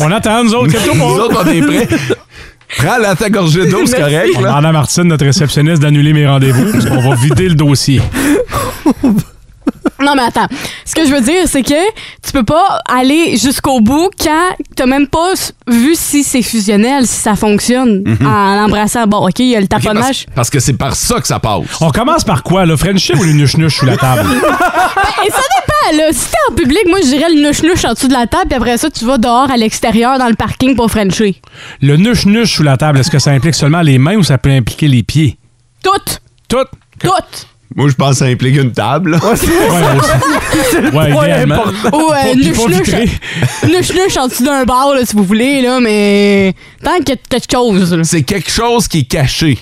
S6: On attend, nous autres, quelque
S3: Nous
S6: chose.
S3: autres, on est prêts. Prends la ta gorgée d'eau, c'est correct,
S6: On
S3: là.
S6: demande à Martine, notre réceptionniste, d'annuler mes rendez-vous parce qu'on va vider le dossier.
S5: Non, mais attends. Ce que je veux dire, c'est que tu peux pas aller jusqu'au bout quand t'as même pas s- vu si c'est fusionnel, si ça fonctionne en l'embrassant. Bon, OK, il y a le
S3: Mm-hmm. Ok, parce-
S5: taponnage.
S3: parce, que c'est par ça que ça passe.
S6: On commence par quoi, le Frenchie ou le nuche-nuche sous la table?
S5: Et ça dépend, là. Si t'es en public, moi, je dirais le nuche-nuche en dessous de la table, puis après ça, tu vas dehors à l'extérieur dans le parking pour Frencher.
S6: Le nuche-nuche sous la table, est-ce que ça implique seulement les mains ou ça peut impliquer les pieds?
S5: Toutes!
S6: Tout.
S5: Toutes!
S3: Moi, je pense que ça implique une table.
S6: Ouais, aussi. Ouais, idéalement.
S5: Ou
S6: Pas-
S5: euh,
S6: puis pas vitré.
S5: nuche-nuche nuche-nuche en dessous d'un bar, là, si vous voulez, là, mais tant qu'il y a quelque chose. là.
S3: C'est quelque chose qui est caché.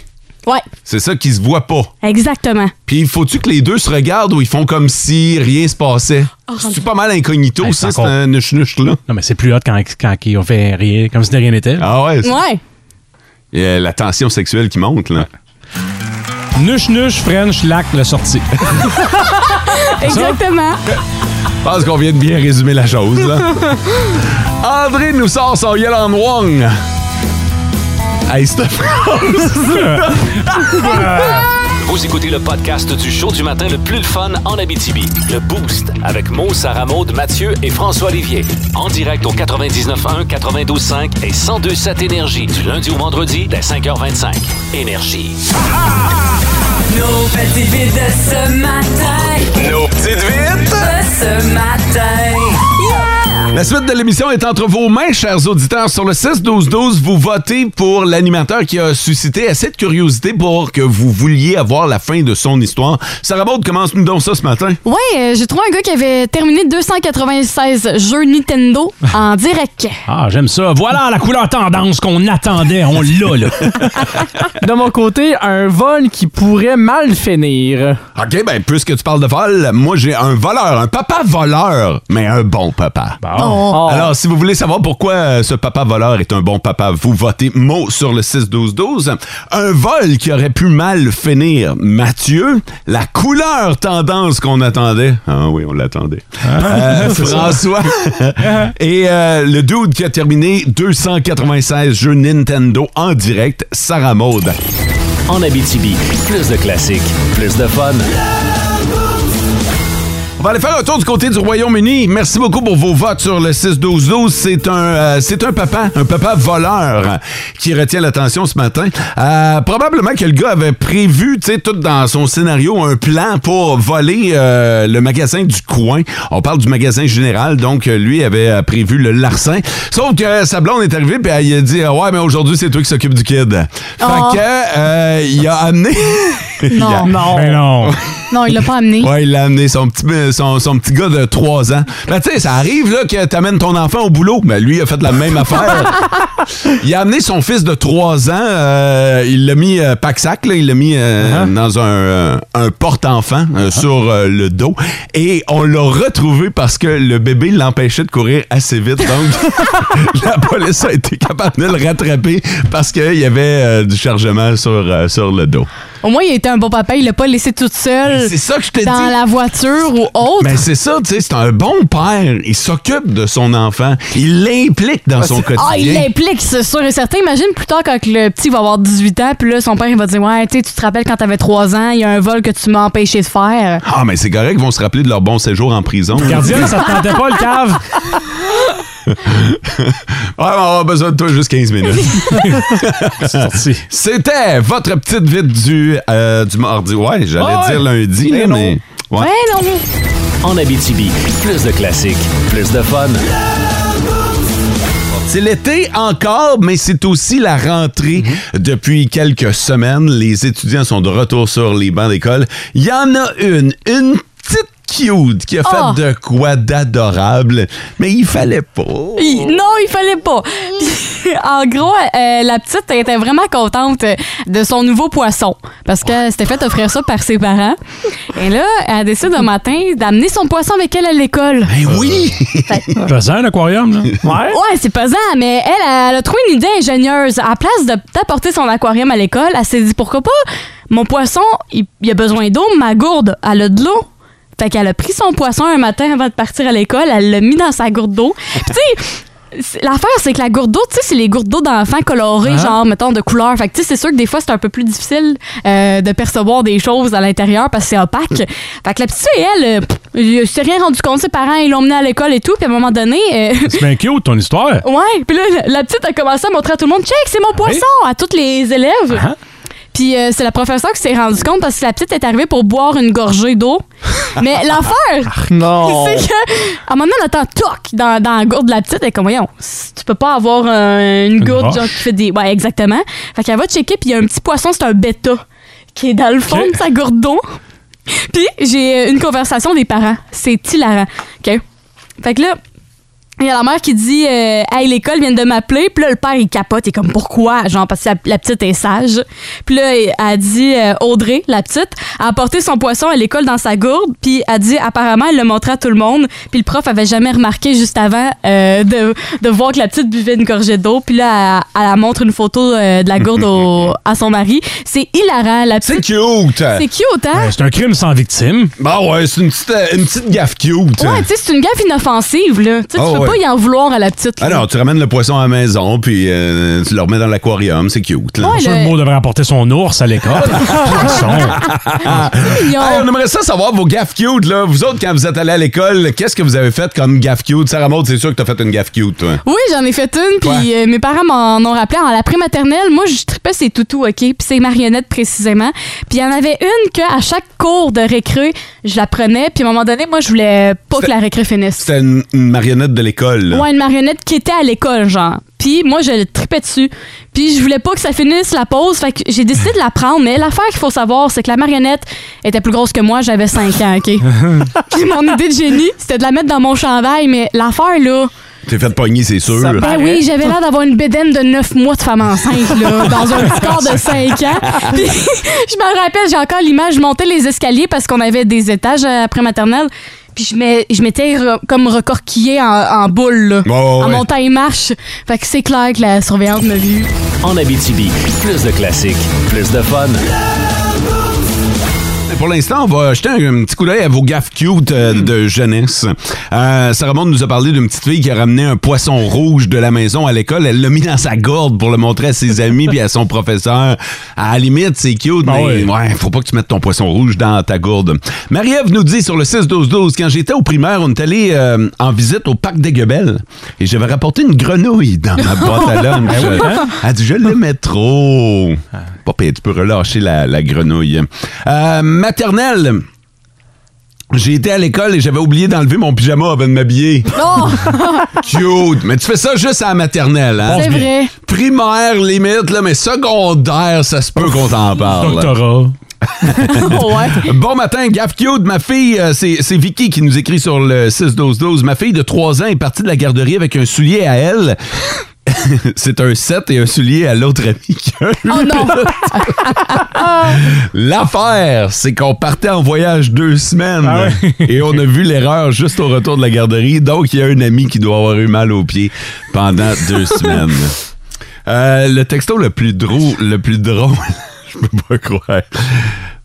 S5: Ouais,
S3: C'est ça qui se voit pas.
S5: exactement.
S3: Puis faut-tu que les deux se regardent ou ils font comme si rien se passait?
S5: Oh,
S3: C'est-tu pas mal incognito,
S6: Hey,
S3: ça,
S6: c'est
S3: c'est
S6: encore-
S3: un nuche là?
S6: Non, mais c'est plus hot quand, quand on fait rien, comme si de rien n'était.
S3: Ah ouais? c'est-
S5: Ouais.
S3: Et, euh, la tension sexuelle qui monte, là.
S6: Nuche-nuche, French, lac, le sorti.
S5: Exactement.
S3: Je pense qu'on vient de bien résumer la chose, là. André nous sort son Yell on Wong. Hey, cette
S2: Vous écoutez le podcast du show du matin le plus le fun en Abitibi, le Boost, avec Mo, Sarah Maud, Mathieu et François Olivier. En direct au 99.1, 92.5 et 102.7 Énergie, du lundi au vendredi, dès 5h25. Énergie.
S9: Nos petites vites de ce matin. Nos petites vites de ce matin. Yeah!
S3: La suite de l'émission est entre vos mains, chers auditeurs. Sur le 6-12-12, vous votez pour l'animateur qui a suscité assez de curiosité pour que vous vouliez avoir la fin de son histoire. Sarah Baud, commence-nous donc ça ce matin.
S5: Ouais, euh, j'ai trouvé un gars qui avait terminé 296 jeux Nintendo en direct.
S6: Ah, j'aime ça. Voilà la couleur tendance qu'on attendait. On l'a, là.
S4: De mon côté, un vol qui pourrait mal finir.
S3: OK, ben, puisque tu parles de vol, moi, j'ai un voleur, un papa voleur, mais un bon papa.
S4: Oh.
S3: Alors, si vous voulez savoir pourquoi euh, ce papa voleur est un bon papa, vous votez mot sur le 6-12-12. Un vol qui aurait pu mal finir, Mathieu. La couleur tendance qu'on attendait. Ah oui, on l'attendait. Euh, François. Et euh, le dude qui a terminé 296 jeux Nintendo en direct, Sarah Maud.
S2: En Abitibi, plus de classiques, plus de fun.
S3: On va aller faire un tour du côté du Royaume-Uni. Merci beaucoup pour vos votes sur le 6-12-12. C'est un, euh, c'est un papa, un papa voleur qui retient l'attention ce matin. Euh, probablement que le gars avait prévu, tu sais, tout dans son scénario, un plan pour voler euh, le magasin du coin. On parle du magasin général, donc euh, lui avait euh, prévu le larcin. Sauf que sa blonde est arrivée, puis elle il a dit « Ouais, mais aujourd'hui, c'est toi qui s'occupe du kid. Fait
S5: Oh.
S3: que, euh, il a amené... Il a-
S5: Non,
S6: Mais non.
S5: non, il l'a pas amené.
S3: Ouais, il l'a amené, son petit, son, son petit gars de 3 ans. Ben, tu sais, ça arrive là, que t'amènes ton enfant au boulot. Mais lui, il a fait la même affaire. Il a amené son fils de 3 ans. euh, il l'a mis euh, pack-sac, là, il l'a mis euh, dans un, euh, un porte-enfant euh, sur euh, le dos. Et on l'a retrouvé parce que le bébé l'empêchait de courir assez vite. Donc, la police a été capable de le rattraper parce qu'il y avait euh, du chargement sur, euh, sur le dos.
S5: Au moins, il était un bon papa, il l'a pas laissé toute seule
S3: C'est ça que je te dis.
S5: dans la voiture ou autre.
S3: Mais Ben, c'est ça, tu sais, c'est un bon père. Il s'occupe de son enfant. Il l'implique dans son quotidien.
S5: Ah, il l'implique, c'est sûr et certain. Imagine plus tard quand le petit va avoir 18 ans, puis là, son père, il va dire Ouais, tu sais, tu te rappelles quand t'avais 3 ans, il y a un vol que tu m'as empêché de faire.
S3: Ah, mais c'est correct, ils vont se rappeler de leur bon séjour en prison. Ouais,
S6: Gardien, ça te tentait pas, le cave?
S3: on va avoir besoin de toi juste 15 minutes.
S6: C'est sorti.
S3: C'était votre petite vite du, euh, du mardi. Ouais, j'allais
S6: Ouais.
S3: dire lundi, là,
S6: Mais non.
S3: mais. Ouais.
S5: Ouais, non, mais.
S2: En Abitibi, plus de classiques, plus de fun.
S3: C'est l'été encore, mais c'est aussi la rentrée.
S5: Mhm.
S3: Depuis quelques semaines, les étudiants sont de retour sur les bancs d'école. Il y en a une, une petite cute qui a fait
S5: Ah.
S3: de quoi d'adorable, mais il fallait pas.
S5: Il- non, il fallait pas. en gros, euh, la petite était vraiment contente de son nouveau poisson parce que c'était fait offrir ça par ses parents. Et là, elle décide un matin d'amener son poisson avec elle à l'école.
S3: Ben
S6: Euh,
S3: oui!
S6: Pesant, l'aquarium, là.
S4: Ouais.
S5: Ouais, c'est pesant, mais elle, elle a trouvé une idée ingénieuse. À la place de- d'apporter son aquarium à l'école, elle s'est dit pourquoi pas, mon poisson, il, il a besoin d'eau, ma gourde, elle a de l'eau. Fait qu'elle a pris son poisson un matin avant de partir à l'école, elle l'a mis dans sa gourde d'eau. Puis tu sais, c'est- l'affaire, c'est que la gourde d'eau, tu sais, c'est les gourdes d'eau d'enfants colorées, genre, mettons, de couleur. Fait que tu sais, c'est sûr que des fois, c'est un peu plus difficile euh, de percevoir des choses à l'intérieur parce que c'est opaque. fait que la petite fille, elle, euh, pff, elle s'est rien rendu compte. Ses parents, ils l'ont menée à l'école et tout. Puis à un moment donné, euh,
S6: C'est bien cute, ton histoire.
S5: Ouais, puis là, la- la petite a commencé à montrer à tout le monde, check, c'est mon poisson, à tous les élèves.
S6: Ah.
S5: Puis euh, c'est la professeure qui s'est rendue compte parce que la petite est arrivée pour boire une gorgée d'eau. Mais l'affaire,
S6: Ah.
S4: Non.
S6: Oh.
S5: c'est que, à un moment donné, on entend toc dans, dans la gourde de la petite. Elle est comme, voyons, c- tu peux pas avoir euh, une gourde
S6: roche.
S5: genre, qui fait des. Ouais, exactement. Fait qu'elle va checker, puis il y a un petit poisson, c'est un bêta, qui est dans le fond
S6: Ok.
S5: de sa gourde d'eau. Puis j'ai euh, une conversation des parents. C'est hilarant. OK? Fait que là, il y a la mère qui dit euh, Hey, l'école vient de m'appeler. Puis là, le père, il capote. Il est comme Pourquoi Genre, parce que la, la petite est sage. Puis là, elle dit euh, Audrey, la petite, a apporté son poisson à l'école dans sa gourde. Puis elle dit Apparemment, elle le montrait à tout le monde. Puis le prof avait jamais remarqué juste avant euh, de, de voir que la petite buvait une gorgée d'eau. Puis là, elle, elle montre une photo euh, de la gourde au- à son mari. C'est hilarant. La
S3: C'est
S5: petite.
S3: cute!
S5: C'est cute, hein?
S6: Ben, C'est un crime sans victime.
S3: Bah ouais, c'est une petite, euh, une petite gaffe cute.
S5: Ouais, tu sais, c'est une gaffe inoffensive, là. Tu sais,
S3: Oh,
S5: tu peux pas
S3: ouais.
S5: y en vouloir à la petite. là.
S3: Ah non, tu ramènes le poisson à la maison, puis euh, tu le remets dans l'aquarium, c'est cute. Là.
S5: Ouais,
S6: Sûr,
S5: le-
S6: Mo devrait apporter son ours à l'école. Poisson.
S5: mignon.
S3: Hey, on aimerait ça savoir vos gaffes cute, là. Vous autres, quand vous êtes allés à l'école, qu'est-ce que vous avez fait comme gaffe cute? Sarah Maud, c'est sûr que t'as fait une gaffe cute, toi.
S5: Oui, j'en ai fait une, puis euh, mes parents m'en ont rappelé en la maternelle Moi, je tripais ces toutous, OK? Puis ces marionnettes précisément. Puis il y en avait une que à chaque cours de récré, je la prenais, puis à un moment donné, moi, je voulais pas que la récré finisse.
S3: C'était une, une marionnette de l'école. là.
S5: Ouais, une marionnette qui était à l'école, genre. Puis moi, je le tripais dessus. Puis je voulais pas que ça finisse la pause, fait que j'ai décidé de la prendre. Mais l'affaire qu'il faut savoir, c'est que la marionnette était plus grosse que moi, j'avais 5 ans, OK? Puis mon idée de génie, c'était de la mettre dans mon chandail, mais l'affaire, là...
S3: T'es fait pogner, c'est sûr.
S4: Ça
S5: Ben
S4: Pareil.
S5: oui, j'avais l'air d'avoir une bédaine de 9 mois de femme enceinte, là, dans un petit corps de 5 ans. Puis, je me rappelle, j'ai encore l'image, je montais les escaliers parce qu'on avait des étages euh, après maternelle. Puis je m'ai- je m'étais re- comme recorquillée en, en boule, là,
S3: Ouais, ouais,
S5: en
S3: ouais.
S5: montant et marche. Fait que c'est clair que la surveillante m'a vue.
S2: En Abitibi, plus de classiques, plus de fun.
S3: Pour l'instant, on va jeter un, un petit coup d'œil à vos gaffes cute euh, de jeunesse. Euh, Sarah Maud nous a parlé d'une petite fille qui a ramené un poisson rouge de la maison à l'école. Elle l'a mis dans sa gourde pour le montrer à ses amis puis à son professeur. À la limite, c'est cute, mais
S6: ouais.
S3: ouais, faut pas que tu mettes ton poisson rouge dans ta gourde. Marie-Ève nous dit sur le 6-12-12, quand j'étais au primaire, on est allé euh, en visite au parc des Guebels et j'avais rapporté une grenouille dans ma boîte à lunch. Elle a dit, je l'aimais trop. Pas pire, tu peux relâcher la, la grenouille. Euh, maternelle. J'ai été à l'école et j'avais oublié d'enlever mon pyjama avant de m'habiller.
S5: Oh,
S3: Cute! Mais tu fais ça juste à la maternelle, hein?
S5: c'est vrai.
S3: Primaire, limite, là, mais secondaire, ça se peut qu'on t'en parle.
S6: Doctorat.
S5: Oh, ouais.
S3: Bon matin, Gaffe Cute. Ma fille, euh, c'est c'est Vicky qui nous écrit sur le 6-12-12. Ma fille de 3 ans est partie de la garderie avec un soulier à elle. c'est un 7 et un soulier à l'autre ami qui a eu.
S5: Oh non.
S3: L'affaire, c'est qu'on partait en voyage deux semaines
S6: Ah
S3: et on a vu l'erreur juste au retour de la garderie. Donc, il y a un ami qui doit avoir eu mal aux pieds pendant deux semaines. Euh, le texto le plus drôle, le plus drôle, je peux pas croire.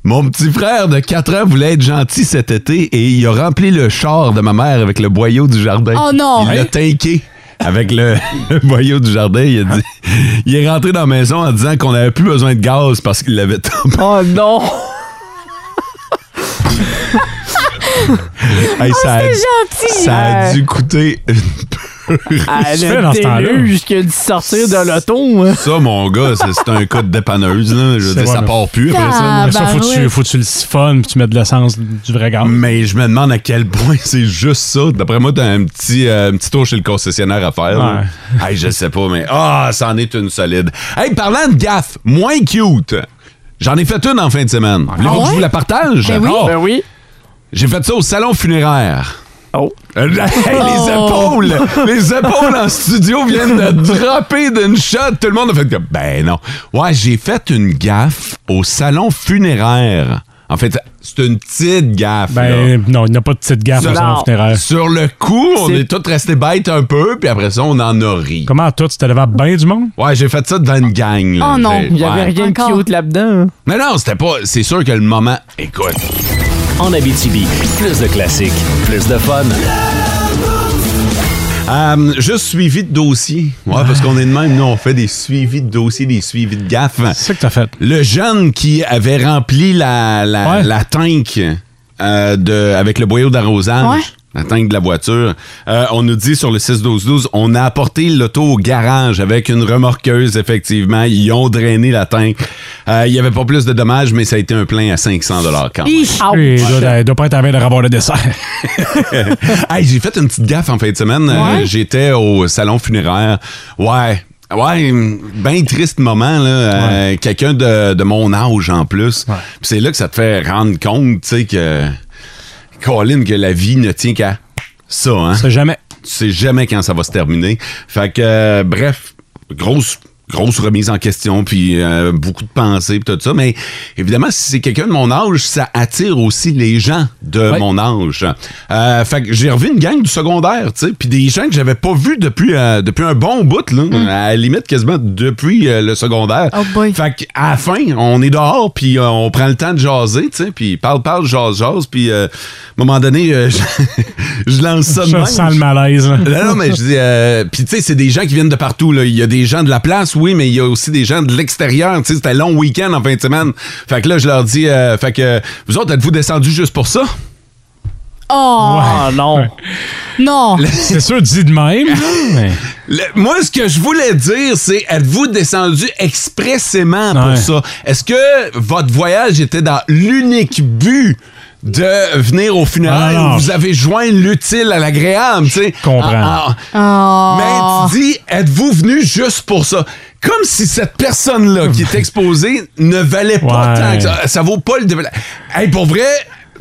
S3: Mon petit frère de 4 ans voulait être gentil cet été et il a rempli le char de ma mère avec le boyau du jardin.
S5: Oh non!
S3: Il l'a tinqué avec le, le boyau du jardin. Il, a dit, il est rentré dans la maison en disant qu'on n'avait plus besoin de gaz parce qu'il l'avait tombé.
S4: Oh non!
S3: Hey, ça, a,
S5: Oh, Gentil.
S3: ça a
S4: Ouais.
S3: dû coûter une-
S4: Elle
S6: fais dans ce temps-là?
S4: qui a dû sortir de l'auto. hein.
S3: ça, mon gars. c'est- C'est un cas de dépanneuse. Là. Je veux
S6: C'est
S3: dire, ça
S6: vrai.
S3: part plus après ça.
S5: Ah,
S6: ça,
S5: bah
S6: faut, que
S5: ouais.
S6: tu, faut que tu le siphonnes puis tu mettes de l'essence du vrai gaz.
S3: Ah, Mais je me demande à quel point c'est juste ça. D'après moi, t'as un petit, euh, un petit tour chez le concessionnaire à faire. là. Hey, je sais pas, mais ah, ça en est une solide. Hey, parlant de gaffe, moins cute. J'en ai fait une en fin de semaine. Voulez-vous
S5: Ah
S3: que je
S5: ouais?
S3: vous la partage?
S5: Ben oui.
S3: Ah,
S4: Ben oui.
S3: J'ai fait ça au salon funéraire. Euh,
S4: Oh.
S3: Hey, les
S5: Oh.
S3: épaules! Les épaules en studio viennent de dropper d'une shot. Tout le monde a fait comme, ben non. Ouais, j'ai fait une gaffe au salon funéraire. En fait, c'est une petite gaffe. là.
S6: Ben non, il n'y a pas de petite gaffe
S3: Non.
S6: au salon funéraire.
S3: Sur le coup, on
S4: C'est-
S3: est tous restés bêtes un peu, puis après ça, on en a ri.
S6: Comment toi, tu t'es levé à bien du monde?
S3: Ouais, j'ai fait ça devant une gang. là.
S5: Oh non,
S3: J'ai-
S4: Il n'y avait
S3: ouais.
S4: rien de
S5: Encore.
S4: cute là-dedans. hein.
S3: Non, non, c'était pas. C'est sûr que le moment. Écoute.
S2: En Abitibi, plus de classiques, plus de fun.
S3: Euh, juste suivi de dossier. Ouais, parce qu'on est de même, nous, on fait des suivis de dossiers, des suivis de gaffes.
S6: C'est ça que t'as fait.
S3: Le jeune qui avait rempli la, la,
S6: Ouais.
S3: la tank euh, de, avec le boyau d'arrosage,
S5: Ouais.
S3: la tank de la voiture, euh, on nous dit sur le 6-12-12, on a apporté l'auto au garage avec une remorqueuse, effectivement. Ils ont drainé la tank. Euh, Il y n'y avait pas plus de dommages, mais ça a été un plein à 500 quand même.
S6: Et il doit, il doit pas être à veille de revoir le dessert.
S3: Hey, j'ai fait une petite gaffe en fin de semaine. Euh, J'étais au salon funéraire. Ouais. Ouais, bien triste moment, là. Euh, Quelqu'un de, de mon âge en plus. Puis c'est là que ça te fait rendre compte, tu sais, que. Colin, que la vie ne tient qu'à ça, hein.
S6: C'est jamais.
S3: Tu sais jamais quand ça va se terminer. Fait que, euh, bref, grosse. Grosse remise en question, puis euh, beaucoup de pensées, puis tout ça. Mais évidemment, si c'est quelqu'un de mon âge, ça attire aussi les gens de
S6: Ouais.
S3: mon âge. Euh, fait que j'ai revu une gang du secondaire, tu sais, puis des gens que j'avais pas vus depuis, euh, depuis un bon bout,
S4: Hmm.
S3: là, à la limite quasiment depuis euh, le secondaire.
S5: Oh boy.
S3: Fait que à la fin, on est dehors, puis euh, on prend le temps de jaser, tu sais, puis parle, parle, jase, jase, puis euh, à un moment donné, euh, je, je lance ça de
S6: Je
S3: même.
S6: sens le malaise. là.
S3: Non, non, mais je dis. euh, Puis, tu sais, c'est des gens qui viennent de partout. là. Il y a des gens de la place, oui, mais il y a aussi des gens de l'extérieur. Tu sais, c'était un long week-end en fin de semaine. Fait que là, je leur dis. euh, fait que euh, vous autres, êtes-vous descendus juste pour ça?
S5: Oh,
S4: Ah non.
S5: non.
S6: C'est sûr, dit de même. là, mais-
S3: Le- moi, ce que je voulais dire, c'est êtes-vous descendu expressément pour
S6: Ouais.
S3: ça? Est-ce que votre voyage était dans l'unique but de venir au funérail
S6: Ah, non.
S3: où vous avez joint l'utile à l'agréable, tu sais.
S6: comprends.
S3: Ah, ah.
S5: Oh.
S3: Mais tu dis, êtes-vous venu juste pour ça? Comme si cette personne-là qui est exposée ne valait pas
S6: Ouais.
S3: tant que ça. Ça vaut pas le développement. Hey, pour vrai,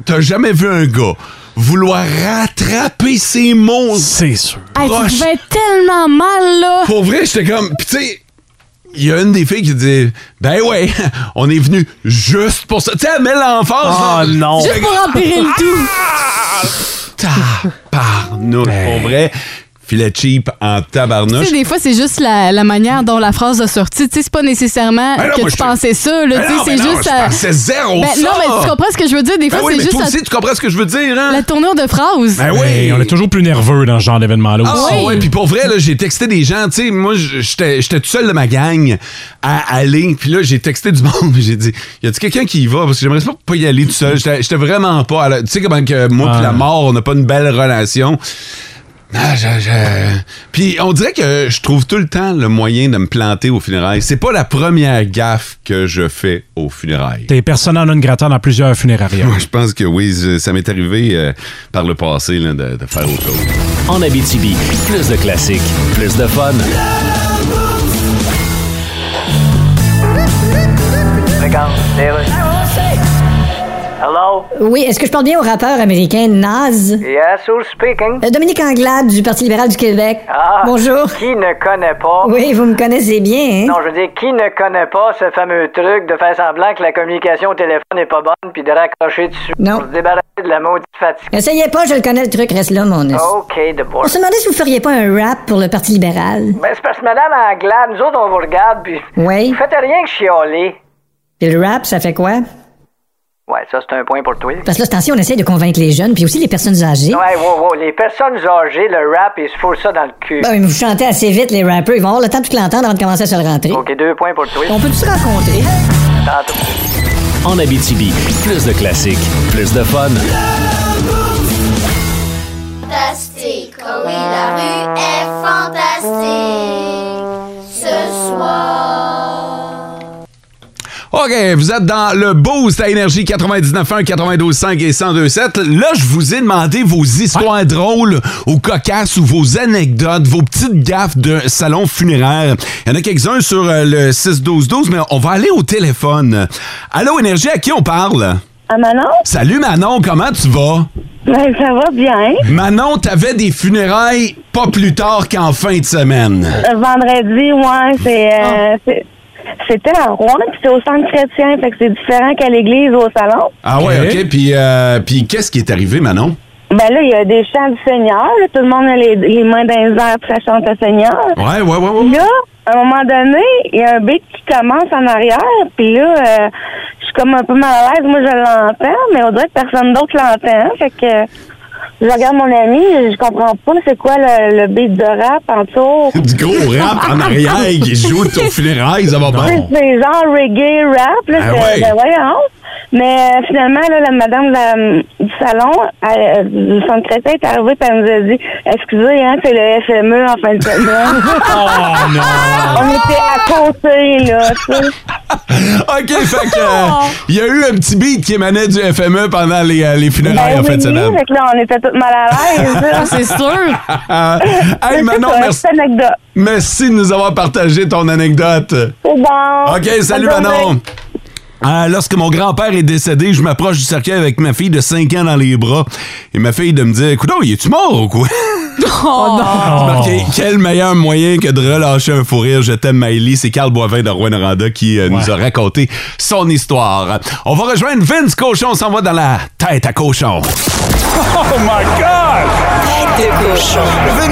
S3: t'as jamais vu un gars vouloir rattraper ses mots.
S6: C'est sûr.
S5: Hey,
S3: proche.
S5: tu devais être tellement mal, là.
S3: Pour vrai, j'étais comme. Puis tu sais, il y a une des filles qui dit Ben ouais, on est venu juste pour ça. Tu sais, elle met l'emphase.
S6: Ah,
S3: là.
S6: non.
S5: Juste pour empirer le tout.
S3: Ah! Tabarnouche.
S6: Ben.
S3: Pour vrai, filet cheap en
S5: Tu
S3: tabarnouche.
S5: sais, des fois, c'est juste la, la manière dont la phrase a sorti. Tu sais, c'est pas nécessairement
S3: Ben non,
S5: que
S3: moi,
S5: tu
S3: je-
S5: pensais ça, là.
S3: Ben
S5: Tu sais,
S3: non,
S5: c'est
S3: ben non,
S5: juste.
S3: je
S5: à-
S3: pensais zéro
S5: Ben
S3: ça.
S5: non, mais tu comprends ce que je veux dire. Des fois,
S3: Ben oui,
S5: c'est
S3: mais
S5: juste
S3: toi
S5: la-
S3: aussi, tu comprends ce que je veux dire, hein?
S5: la tournure de phrase.
S3: Ben oui,
S6: Hey, on est toujours plus nerveux dans ce genre d'événement-là
S3: Ah
S6: aussi.
S5: oui.
S3: ouais, puis pour vrai, là, j'ai texté des gens, tu sais, moi, j- j'étais j'étais tout seul de ma gang à aller, puis là, j'ai texté du monde, puis j'ai dit, y a-tu quelqu'un qui y va? Parce que j'aimerais pas, pas y aller tout seul, j'étais j'étais vraiment pas, à la- tu sais comment que moi puis
S6: Ouais.
S3: la mort, on n'a pas une belle relation. Ah, je- je- Puis on dirait que je trouve tout le temps le moyen de me planter au funérailles. C'est pas la première gaffe que je fais au funérailles.
S6: T'es personne en une gratin dans plusieurs funérariums.
S3: Moi, je pense que oui, je- ça m'est arrivé euh, par le passé là, de, de faire autre chose.
S2: En Abitibi, plus de classiques, plus de fun.
S7: Regarde, les rues. Hello?
S8: Oui, est-ce que je parle bien au rappeur américain Naz?
S7: Yes, who's speaking?
S8: Euh, Dominique Anglade du Parti libéral du Québec.
S7: Ah, Oh.
S8: Bonjour.
S7: Qui ne connaît pas?
S8: Oui, vous me connaissez bien, hein?
S7: Non, je veux dire, qui ne connaît pas ce fameux truc de faire semblant que la communication au téléphone n'est pas bonne puis de raccrocher dessus
S8: Non.
S7: pour se débarrasser de la maudite fatigue?
S8: Essayez pas, je le connais le truc, reste là,
S7: Oh,
S8: mon os.
S7: OK, de bon.
S8: On se demandait si vous feriez pas un rap pour le Parti libéral.
S7: Ben, c'est parce que Madame Anglade, nous autres, on vous regarde puis.
S8: Oui.
S7: Vous faites rien que chialer.
S8: Et le rap, ça fait quoi?
S7: Ouais, ça, c'est un point pour toi.
S8: Parce que là, attention, on essaie de convaincre les jeunes, puis aussi les personnes âgées.
S7: Ouais, wow, wow. Les personnes âgées, le rap, ils se foutent ça dans le cul.
S8: Ben oui, mais vous chantez assez vite, les rappers. Ils vont avoir le temps de tout l'entendre avant de commencer à se le rentrer.
S7: OK, deux points pour toi.
S8: On peut tous se rencontrer.
S7: Tantôt.
S2: En Abitibi, plus de classiques, plus de fun.
S10: fantastique. Oh oui, la rue est fantastique ce soir.
S3: OK, vous êtes dans le Boost à Énergie 99.1, 92.5 et 102.7. Là, je vous ai demandé vos histoires drôles ou cocasses ou vos anecdotes, vos petites gaffes de salon funéraire. Il y en a quelques-uns sur euh, le 6-12-12, mais on va aller au téléphone. Allô, Énergie, à qui on parle?
S10: Ah, Manon?
S3: Salut Manon, comment tu vas?
S10: Ben, ça va bien.
S3: Manon, t'avais des funérailles pas plus tard qu'en fin de semaine.
S10: Euh, Vendredi, ouais, c'est. euh,
S3: Ah.
S10: c'est- C'était à Rouen, puis c'est au centre chrétien, fait que c'est différent qu'à l'église ou au salon.
S3: Ah ouais, OK. Puis, euh, puis qu'est-ce qui est arrivé, Manon?
S10: Ben là, il y a des chants du Seigneur, là, tout le monde a les, les mains dans les airs, puis ça chante le Seigneur.
S3: Ouais, ouais, ouais, ouais. ouais.
S10: Là, à un moment donné, il y a un beat qui commence en arrière, puis là, euh, je suis comme un peu mal à l'aise. Moi, je l'entends, mais on dirait que personne d'autre l'entend. Fait que euh, je regarde mon ami, je comprends pas c'est quoi le, le beat de rap en tour.
S3: du gros rap en arrière qui joue au funérailles, ça va bien.
S10: C'est genre reggae rap, là, c'est-
S3: Ah ben. ouais.
S10: ben voyons. Mais euh, finalement, là, la madame de la- du salon, elle, euh, du centre chrétien est arrivée et elle nous a dit Excusez, hein, c'est le FME en fin de semaine.
S6: Oh non!
S10: on était à côté, là, tu sais.
S3: OK, fait que euh, il y a eu un petit beat qui émanait du FME pendant les, euh, les funérailles
S10: Ben
S3: en fin de
S10: oui,
S3: semaine.
S10: fait que là, on était toutes mal à l'aise. là.
S5: C'est sûr.
S3: Ah, hey Manon,
S10: C'est ça,
S3: merci,
S10: C'est une anecdote.
S3: merci de nous avoir partagé ton anecdote.
S10: C'est bon.
S3: OK, salut
S10: Bonne journée.
S3: Manon. Ah, lorsque mon grand-père est décédé, je m'approche du cercueil avec ma fille de 5 ans dans les bras. Et ma fille de me dire, Coudon, il est-tu mort ou quoi?
S6: Oh
S9: Oh.
S3: Remarquez, quel meilleur moyen que de relâcher un fou rire. Je t'aime, Maëlie. C'est Carl Boivin de Rouen Noranda qui euh, nous a raconté son histoire. On va rejoindre Vince Cochon. On s'en va dans la tête à cochon.
S6: Oh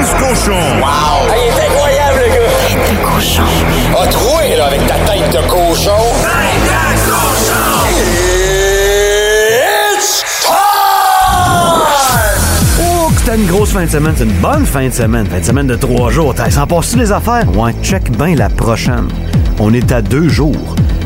S9: Ah, il est incroyable, le gars! Tête de cochon. A troué, là, avec ta tête de cochon. Tête de cochon! It's
S11: Oh, que t'as une grosse fin de semaine, c'est une bonne fin de semaine. Fin de semaine de trois jours. T'as- S'en passe-tu les affaires? Ouais, check bien la prochaine. On est à deux jours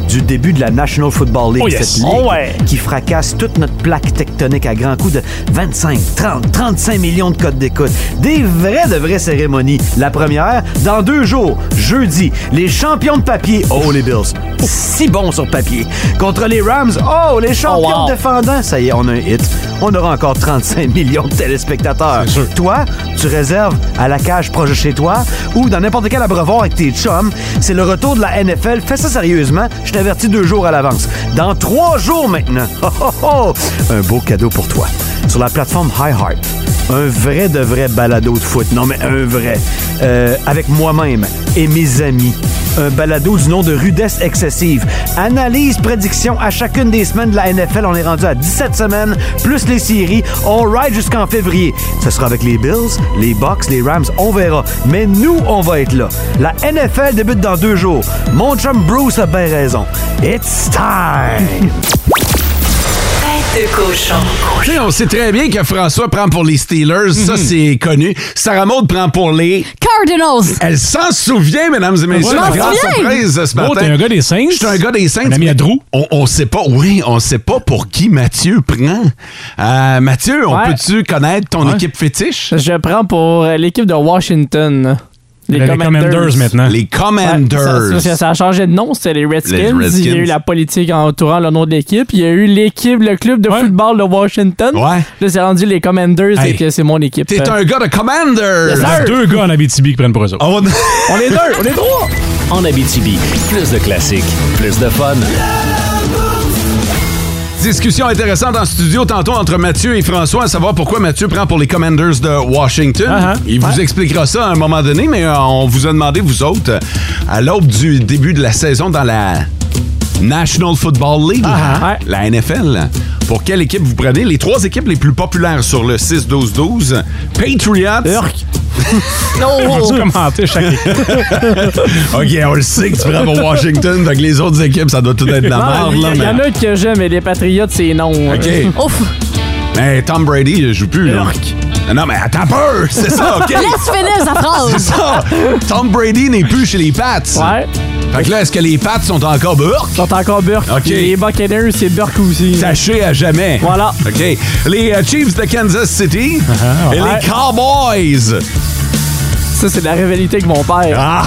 S11: du début de la National Football League,
S6: Oh, yes.
S11: cette ligue
S6: Oh, ouais.
S11: qui fracasse toute notre plaque tectonique à grands coups de 25, 30, 35 millions de codes d'écoute. Des vraies de vraies cérémonies. La première, dans deux jours, jeudi, les champions de papier, oh les Bills, si bon sur papier. Contre les Rams, oh, les champions
S9: wow.
S11: défendants. Ça y est, on a un hit. On aura encore 35 millions de téléspectateurs. Toi, tu réserves à la cage proche de chez toi ou dans n'importe quel abreuvoir avec tes chums. C'est le retour de la NFL. Fais ça sérieusement. Je t'avertis deux jours à l'avance. Dans trois jours maintenant. Oh, oh, oh. Un beau cadeau pour toi. Sur la plateforme HiHeart. Un vrai de vrai balado de foot. Non, mais un vrai. Euh, avec moi-même et mes amis. Un balado du nom de Rudesse Excessive. Analyse, prédiction à chacune des semaines de la NFL. On est rendu à 17 semaines, plus les séries. On ride jusqu'en février. Ce sera avec les Bills, les Bucks, les Rams. On verra. Mais nous, on va être là. La NFL débute dans deux jours. Mon chum Bruce a bien raison. It's time!
S9: Tête de cochon.
S3: Tu sais, on sait très bien que François prend pour les Steelers, ça
S6: Mhm.
S3: c'est connu. Sarah Maud prend pour les
S5: Cardinals.
S3: Elle s'en souvient, mesdames et
S5: Ouais,
S3: messieurs. Une
S5: je m'en
S3: grande
S5: souviens.
S3: surprise ce matin.
S6: Oh, t'es un gars des Saints.
S3: Je suis un gars des Saints.
S6: Un ami à
S3: mais
S6: Drew.
S3: On, on sait pas, oui, on sait pas pour qui Mathieu prend. Euh, Mathieu, on
S4: Ouais.
S3: peut-tu connaître ton
S4: Ouais.
S3: équipe fétiche?
S4: Je prends pour euh, l'équipe de Washington.
S3: Les Commanders maintenant. Les Commanders.
S4: ça, ça- ça a changé de nom, c'était les Redskins.
S3: Redskins.
S4: Il y a eu la politique entourant le nom de l'équipe. Il y a eu l'équipe, le club de football de Washington.
S3: Ouais.
S4: Là, c'est rendu les Commanders et
S6: Hey,
S4: que c'est mon équipe.
S3: t'es
S4: Euh,
S3: un gars de Commanders!
S4: Yes, sir.
S6: Deux gars en Abitibi qui prennent pour eux autres.
S3: On,
S4: est deux, on est trois!
S2: En Abitibi, plus de classiques, plus de fun.
S3: Discussion intéressante en studio tantôt entre Mathieu et François à savoir pourquoi Mathieu prend pour les Commanders de Washington.
S6: Uh-huh.
S3: Il vous
S6: Ouais.
S3: expliquera ça à un moment donné, mais euh, on vous a demandé, vous autres, euh, à l'aube du début de la saison dans la National Football League, hein, la NFL, pour quelle équipe vous prenez les trois équipes les plus populaires sur le 6-12-12 Patriots.
S2: Oh!
S3: Oh.
S6: On va commenter chaque
S3: OK, on le sait que tu prends pour Washington, donc les autres équipes, ça doit tout être de la
S4: Non,
S3: merde.
S4: Il y,
S3: là,
S4: il y
S3: mais-
S4: en a que j'aime, mais les Patriots, c'est non. hein.
S3: OK. Oh,
S5: Ouf.
S3: Mais Tom Brady, il joue plus. Là. Ah Non, mais attends un peu, c'est ça, OK?
S5: Laisse finir sa phrase.
S3: C'est ça. Tom Brady n'est plus chez les Pats.
S4: Ouais.
S3: Fait que là, est-ce que les Pats sont encore Burke?
S4: Sont encore Burke.
S3: OK.
S4: Les Buccaneers, c'est Burke aussi.
S3: Sachez à jamais.
S4: Voilà. Uh-huh,
S3: OK. Les euh, Chiefs de Kansas City et
S4: ouais.
S3: les Cowboys.
S4: Ça, c'est de la rivalité avec mon père.
S3: Ah!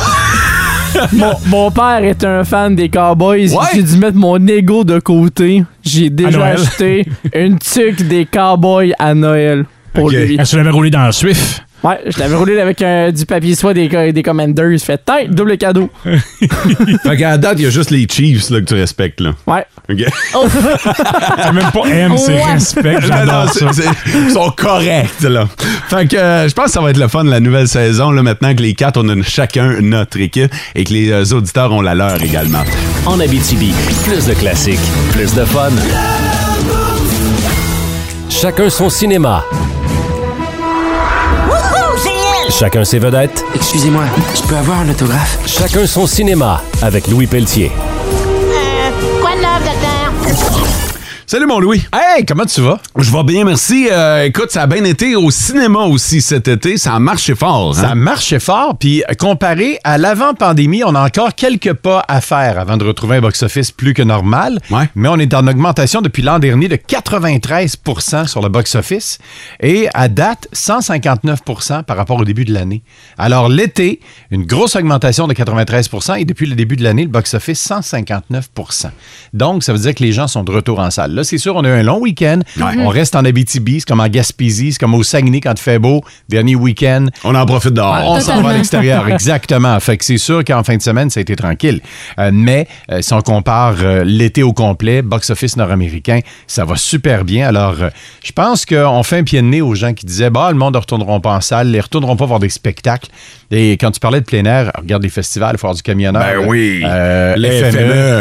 S4: mon, mon père est un fan des Cowboys.
S9: Ouais.
S4: J'ai dû mettre mon ego de côté. J'ai déjà
S6: Noël.
S4: acheté une tuque des Cowboys à Noël pour lui.
S6: Ah, tu l'avais roulé dans le Swift.
S4: Ouais, je l'avais roulé avec un- du papier soie des, co- des Commanders. Fait tiens, double cadeau.
S3: fait qu'à la date, il y a juste les Chiefs là, que tu respectes. Là.
S4: Ouais.
S3: OK.
S6: C'est même pas M, c'est
S3: Ouais.
S6: respect.
S3: Non,
S6: J'adore
S3: non,
S6: ça.
S3: c'est- c'est- Ils sont corrects, là. Fait que euh, je pense que ça va être le fun, la nouvelle saison, là, maintenant que les quatre, on a chacun notre équipe et que les euh, auditeurs ont la leur également.
S2: En Abitibi, plus de classiques, plus de fun. Chacun son cinéma. Chacun ses vedettes. Excusez-moi, je peux avoir un autographe? Chacun son cinéma avec Louis Pelletier.
S9: Euh, Quoi de neuf, docteur?
S3: Salut mon Louis. Hey, comment tu vas? Je vais bien, merci. Euh, écoute, ça a bien été au cinéma aussi cet été. Ça a marché fort. hein?
S12: Ça marchait fort, puis euh, comparé à l'avant-pandémie, on a encore quelques pas à faire avant de retrouver un box-office plus que normal. Mais on est en augmentation depuis l'an dernier de 93 sur le box-office et à date, 159 par rapport au début de l'année. Alors l'été, une grosse augmentation de 93 et depuis le début de l'année, le box-office, 159 Donc, ça veut dire que les gens sont de retour en salle. Là, c'est sûr, on a eu un long week-end. On reste en Abitibi, c'est comme en Gaspésie, c'est comme au Saguenay quand il fait beau. Dernier week-end.
S3: On en profite dehors.
S12: On s'en va à
S3: Totalement.
S12: l'extérieur, exactement. Fait que c'est sûr qu'en fin de semaine, ça a été tranquille. Euh, mais euh, si on compare euh, l'été au complet, box-office nord-américain, ça va super bien. Alors, euh, je pense qu'on fait un pied de nez aux gens qui disaient bah, le monde ne retourneront pas en salle, ils ne retourneront pas voir des spectacles. Et quand tu parlais de plein air, regarde les festivals, Foire du camionneur.
S3: Ben oui.
S12: euh,
S3: Les E.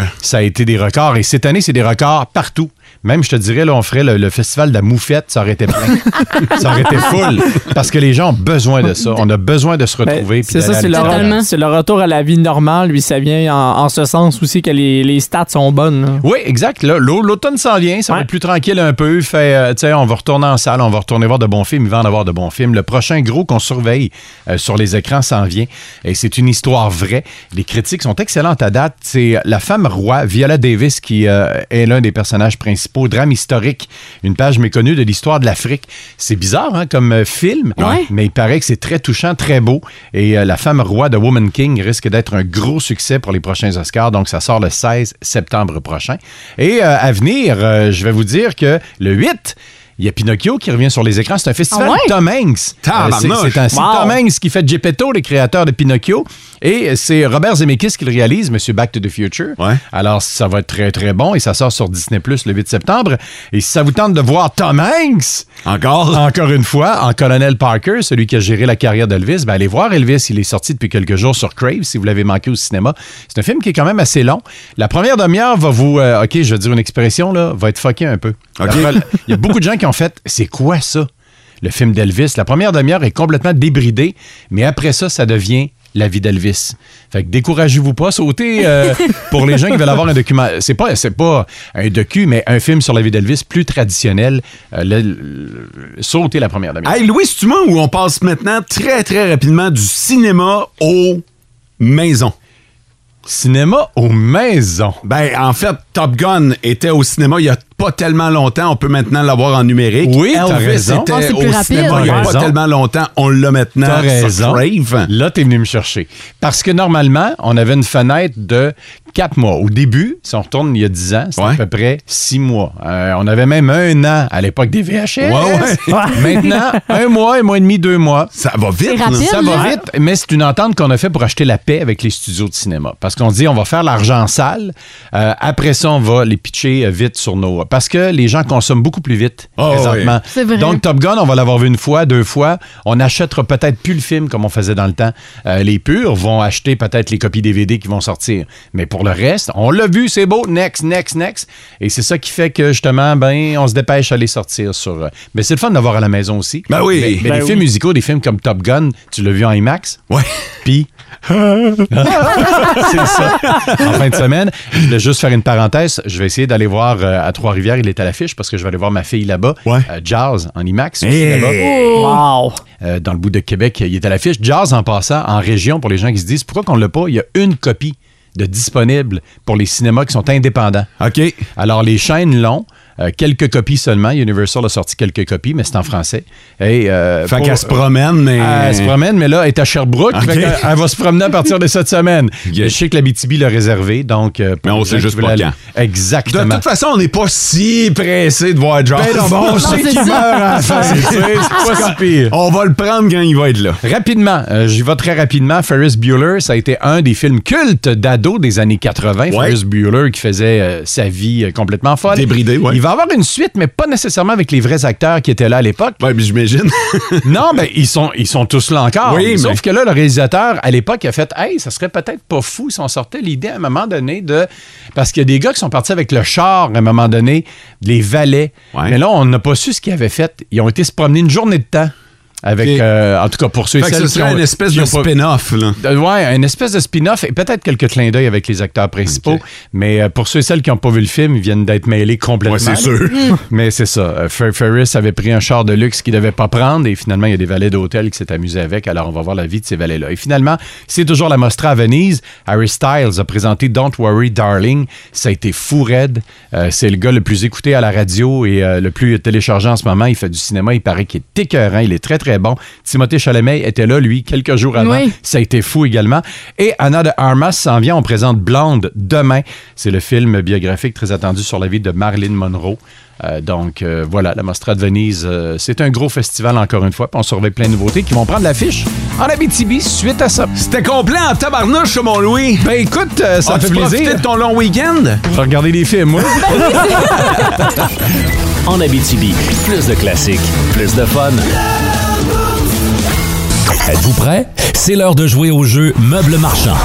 S3: FME.
S12: ça a été des records. Et cette année, c'est des records partout. Même, je te dirais, là, on ferait le, le festival de la moufette, ça aurait été plein. ça aurait été full. Parce que les gens ont besoin de ça. On a besoin de se retrouver. puis
S4: Ben, C'est ça,
S12: d'aller
S4: c'est
S12: à
S4: le,
S12: l'extérieur.
S4: re- c'est le retour à la vie normale. Lui, ça vient en, en ce sens aussi que les, les stats sont bonnes. là.
S12: Oui, exact. Là, l'au- l'automne s'en vient, ça va être plus tranquille un peu. Fait, euh, tu sais, on va retourner en salle, on va retourner voir de bons films, il va en avoir de bons films. Le prochain gros qu'on surveille euh, sur les écrans s'en vient. Et c'est une histoire vraie. Les critiques sont excellentes à date. C'est la femme roi, Viola Davis, qui euh, est l'un des personnages principaux. principaux drames historiques, une page méconnue de l'histoire de l'Afrique. C'est bizarre hein, comme euh, film,
S13: Ouais.
S12: mais il paraît que c'est très touchant, très beau. Et euh, La femme roi de Woman King risque d'être un gros succès pour les prochains Oscars. Donc, ça sort le 16 septembre prochain. Et euh, à venir, euh, je vais vous dire que le 8, il y a Pinocchio qui revient sur les écrans. C'est un festival
S13: Ah ouais?
S12: Tom Hanks. Euh, c'est-
S13: Tabarnouche.
S12: c'est un- c'est
S13: Wow.
S12: Tom Hanks qui fait Geppetto, le créateur de Pinocchio. Et c'est Robert Zemeckis qui le réalise, Monsieur Back to the Future. Alors, ça va être très, très bon. Et ça sort sur Disney Plus le 8 septembre. Et si ça vous tente de voir Tom Hanks.
S3: Encore.
S12: Encore une fois, en Colonel Parker, celui qui a géré la carrière d'Elvis, ben allez voir Elvis. Il est sorti depuis quelques jours sur Crave, si vous l'avez manqué au cinéma. C'est un film qui est quand même assez long. La première demi-heure va vous. euh, OK, je vais dire une expression, là, va être fucké un peu. Après, Il y a beaucoup de gens qui ont fait C'est quoi ça? le film d'Elvis. La première demi-heure est complètement débridée, mais après ça, ça devient la vie d'Elvis. Fait que découragez-vous pas, sautez euh, pour les gens qui veulent avoir un document. C'est pas, c'est pas un docu, mais un film sur la vie d'Elvis plus traditionnel. Euh, le- le- sautez la première demi-heure.
S3: Hey, Louis, tu m'as où on passe maintenant très, très rapidement du cinéma aux maisons?
S12: Cinéma aux maisons?
S3: Ben, en fait, Top Gun était au cinéma il y a pas tellement longtemps. On peut maintenant l'avoir en numérique.
S12: Oui, t'as
S3: Elvis
S12: raison.
S3: était
S12: Ah, c'est plus
S3: au
S12: rapide.
S3: cinéma il y a
S12: T'as
S3: pas
S12: raison.
S3: tellement longtemps. On l'a maintenant
S12: T'as raison.
S3: sur Crave.
S12: Là, t'es venu me chercher. Parce que normalement, on avait une fenêtre de quatre mois. Au début, si on retourne il y a 10 ans, c'était à peu près six mois. Euh, on avait même un an à l'époque des VHS.
S13: Ouais, ouais.
S12: Maintenant, un mois, un mois et demi, deux mois.
S3: Ça va
S13: vite, C'est là. rapide,
S12: Ça va
S13: là.
S12: vite, mais c'est une entente qu'on a fait pour acheter la paix avec les studios de cinéma. Parce qu'on dit, on va faire l'argent sale. Euh, après ça, on va les pitcher euh, vite sur nos... Parce que les gens consomment beaucoup plus vite
S3: Ah,
S12: présentement.
S3: ouais. C'est vrai.
S12: Donc, Top Gun, on va l'avoir vu une fois, deux fois. On n'achètera peut-être plus le film comme on faisait dans le temps. Euh, les purs vont acheter peut-être les copies DVD qui vont sortir. Mais pour le reste, on l'a vu, c'est beau. Next, next, next. Et c'est ça qui fait que justement, ben, on se dépêche à les sortir sur. euh, Mais c'est le fun d'avoir à la maison aussi.
S3: Ben oui.
S12: Mais, mais
S3: Ben
S12: les
S3: oui.
S12: films musicaux, des films comme Top Gun, tu l'as vu en IMAX.
S3: Ouais.
S12: Puis. c'est ça. En fin de semaine, je voulais juste faire une parenthèse. Je vais essayer d'aller voir euh, à Trois-Rivières. Il est à l'affiche parce que je vais aller voir ma fille là-bas. Euh, Jazz en IMAX. au
S13: Hey!
S12: cinéma. Euh, dans le bout de Québec, il est à l'affiche. Jazz en passant en région pour les gens qui se disent pourquoi qu'on ne l'a pas. Il y a une copie de disponible pour les cinémas qui sont indépendants.
S3: OK.
S12: Alors, les chaînes l'ont. euh, quelques copies seulement. Universal a sorti quelques copies, mais c'est en français. Et, euh,
S3: Fait
S12: pour-
S3: qu'elle se promène, mais-
S12: Elle se promène, mais là, elle est à Sherbrooke.
S3: OK.
S12: Fait qu'elle- elle va se promener à partir de cette semaine. Je sais que la BTB l'a réservé, donc... euh, pour
S3: Mais on
S12: les
S3: sait
S12: gens qui
S3: juste
S12: veulent
S3: pas
S12: aller-
S3: quand.
S12: Exactement.
S3: De toute façon, on n'est pas si pressé de voir Jaws.
S12: Ben non, bon, on Non, sait c'est qu'il ça. meurt à la fin, tu sais, c'est pas si pire.
S3: On va le prendre quand il va être là.
S12: Rapidement, euh, j'y vais très rapidement. Ferris Bueller, ça a été un des films cultes d'ado des années 80. Ferris Bueller qui faisait euh, sa vie euh, complètement folle. Débridé, oui. Il va avoir une suite, mais pas nécessairement avec les vrais acteurs qui étaient là à l'époque.
S3: Oui, mais j'imagine.
S12: non, mais ils sont, ils sont tous là encore.
S13: Oui,
S12: Sauf
S13: mais-
S12: que là, le réalisateur, à l'époque, a fait Hey, ça serait peut-être pas fou si on sortait l'idée à un moment donné de. Parce qu'il y a des gars qui sont partis avec le char à un moment donné, les valets. Mais là, on n'a pas su ce qu'ils avaient fait. Ils ont été se promener une journée de temps. Avec, euh, en tout cas, pour ceux et
S3: Fait que
S12: celles
S3: ce
S12: qui
S3: serait
S12: ont-
S3: une espèce
S12: qui
S3: de
S12: ont pas-
S3: spin-off, là.
S12: euh, Ouais, une espèce de spin-off et peut-être quelques clins d'œil avec les acteurs principaux. Mais euh, pour ceux et celles qui n'ont pas vu le film, ils viennent d'être mêlés complètement.
S3: Ouais, c'est sûr. Mm.
S12: Mais c'est ça. Euh, Fer- Ferris avait pris un char de luxe qu'il ne devait pas prendre et finalement, il y a des valets d'hôtel qui s'est amusés avec. Alors, on va voir la vie de ces valets-là. Et finalement, c'est toujours la Mostra à Venise. Harry Styles a présenté Don't Worry Darling. Ça a été fou raide. Euh, c'est le gars le plus écouté à la radio et euh, le plus téléchargé en ce moment. Il fait du cinéma. Il paraît qu'il est écœurant. Il est très, très bon. Timothée Chalamet était là, lui, quelques jours avant.
S13: Oui.
S12: Ça a été fou également. Et Anna de Armas s'en vient. On présente Blonde demain. C'est le film biographique très attendu sur la vie de Marilyn Monroe. Euh, donc euh, voilà, la Mostra de Venise, euh, c'est un gros festival encore une fois. Puis on surveille plein de nouveautés qui vont prendre l'affiche en Abitibi suite à ça.
S3: C'était complet en tabarnouche, mon Louis.
S12: Ben écoute, euh, ça me
S3: As-tu
S12: fait plaisir.
S3: profité de ton long week-end?
S12: Je vais regarder des films, moi.
S2: En Abitibi, plus de classiques, plus de fun.
S14: Êtes-vous prêts? C'est l'heure de jouer au jeu Meuble Marchand.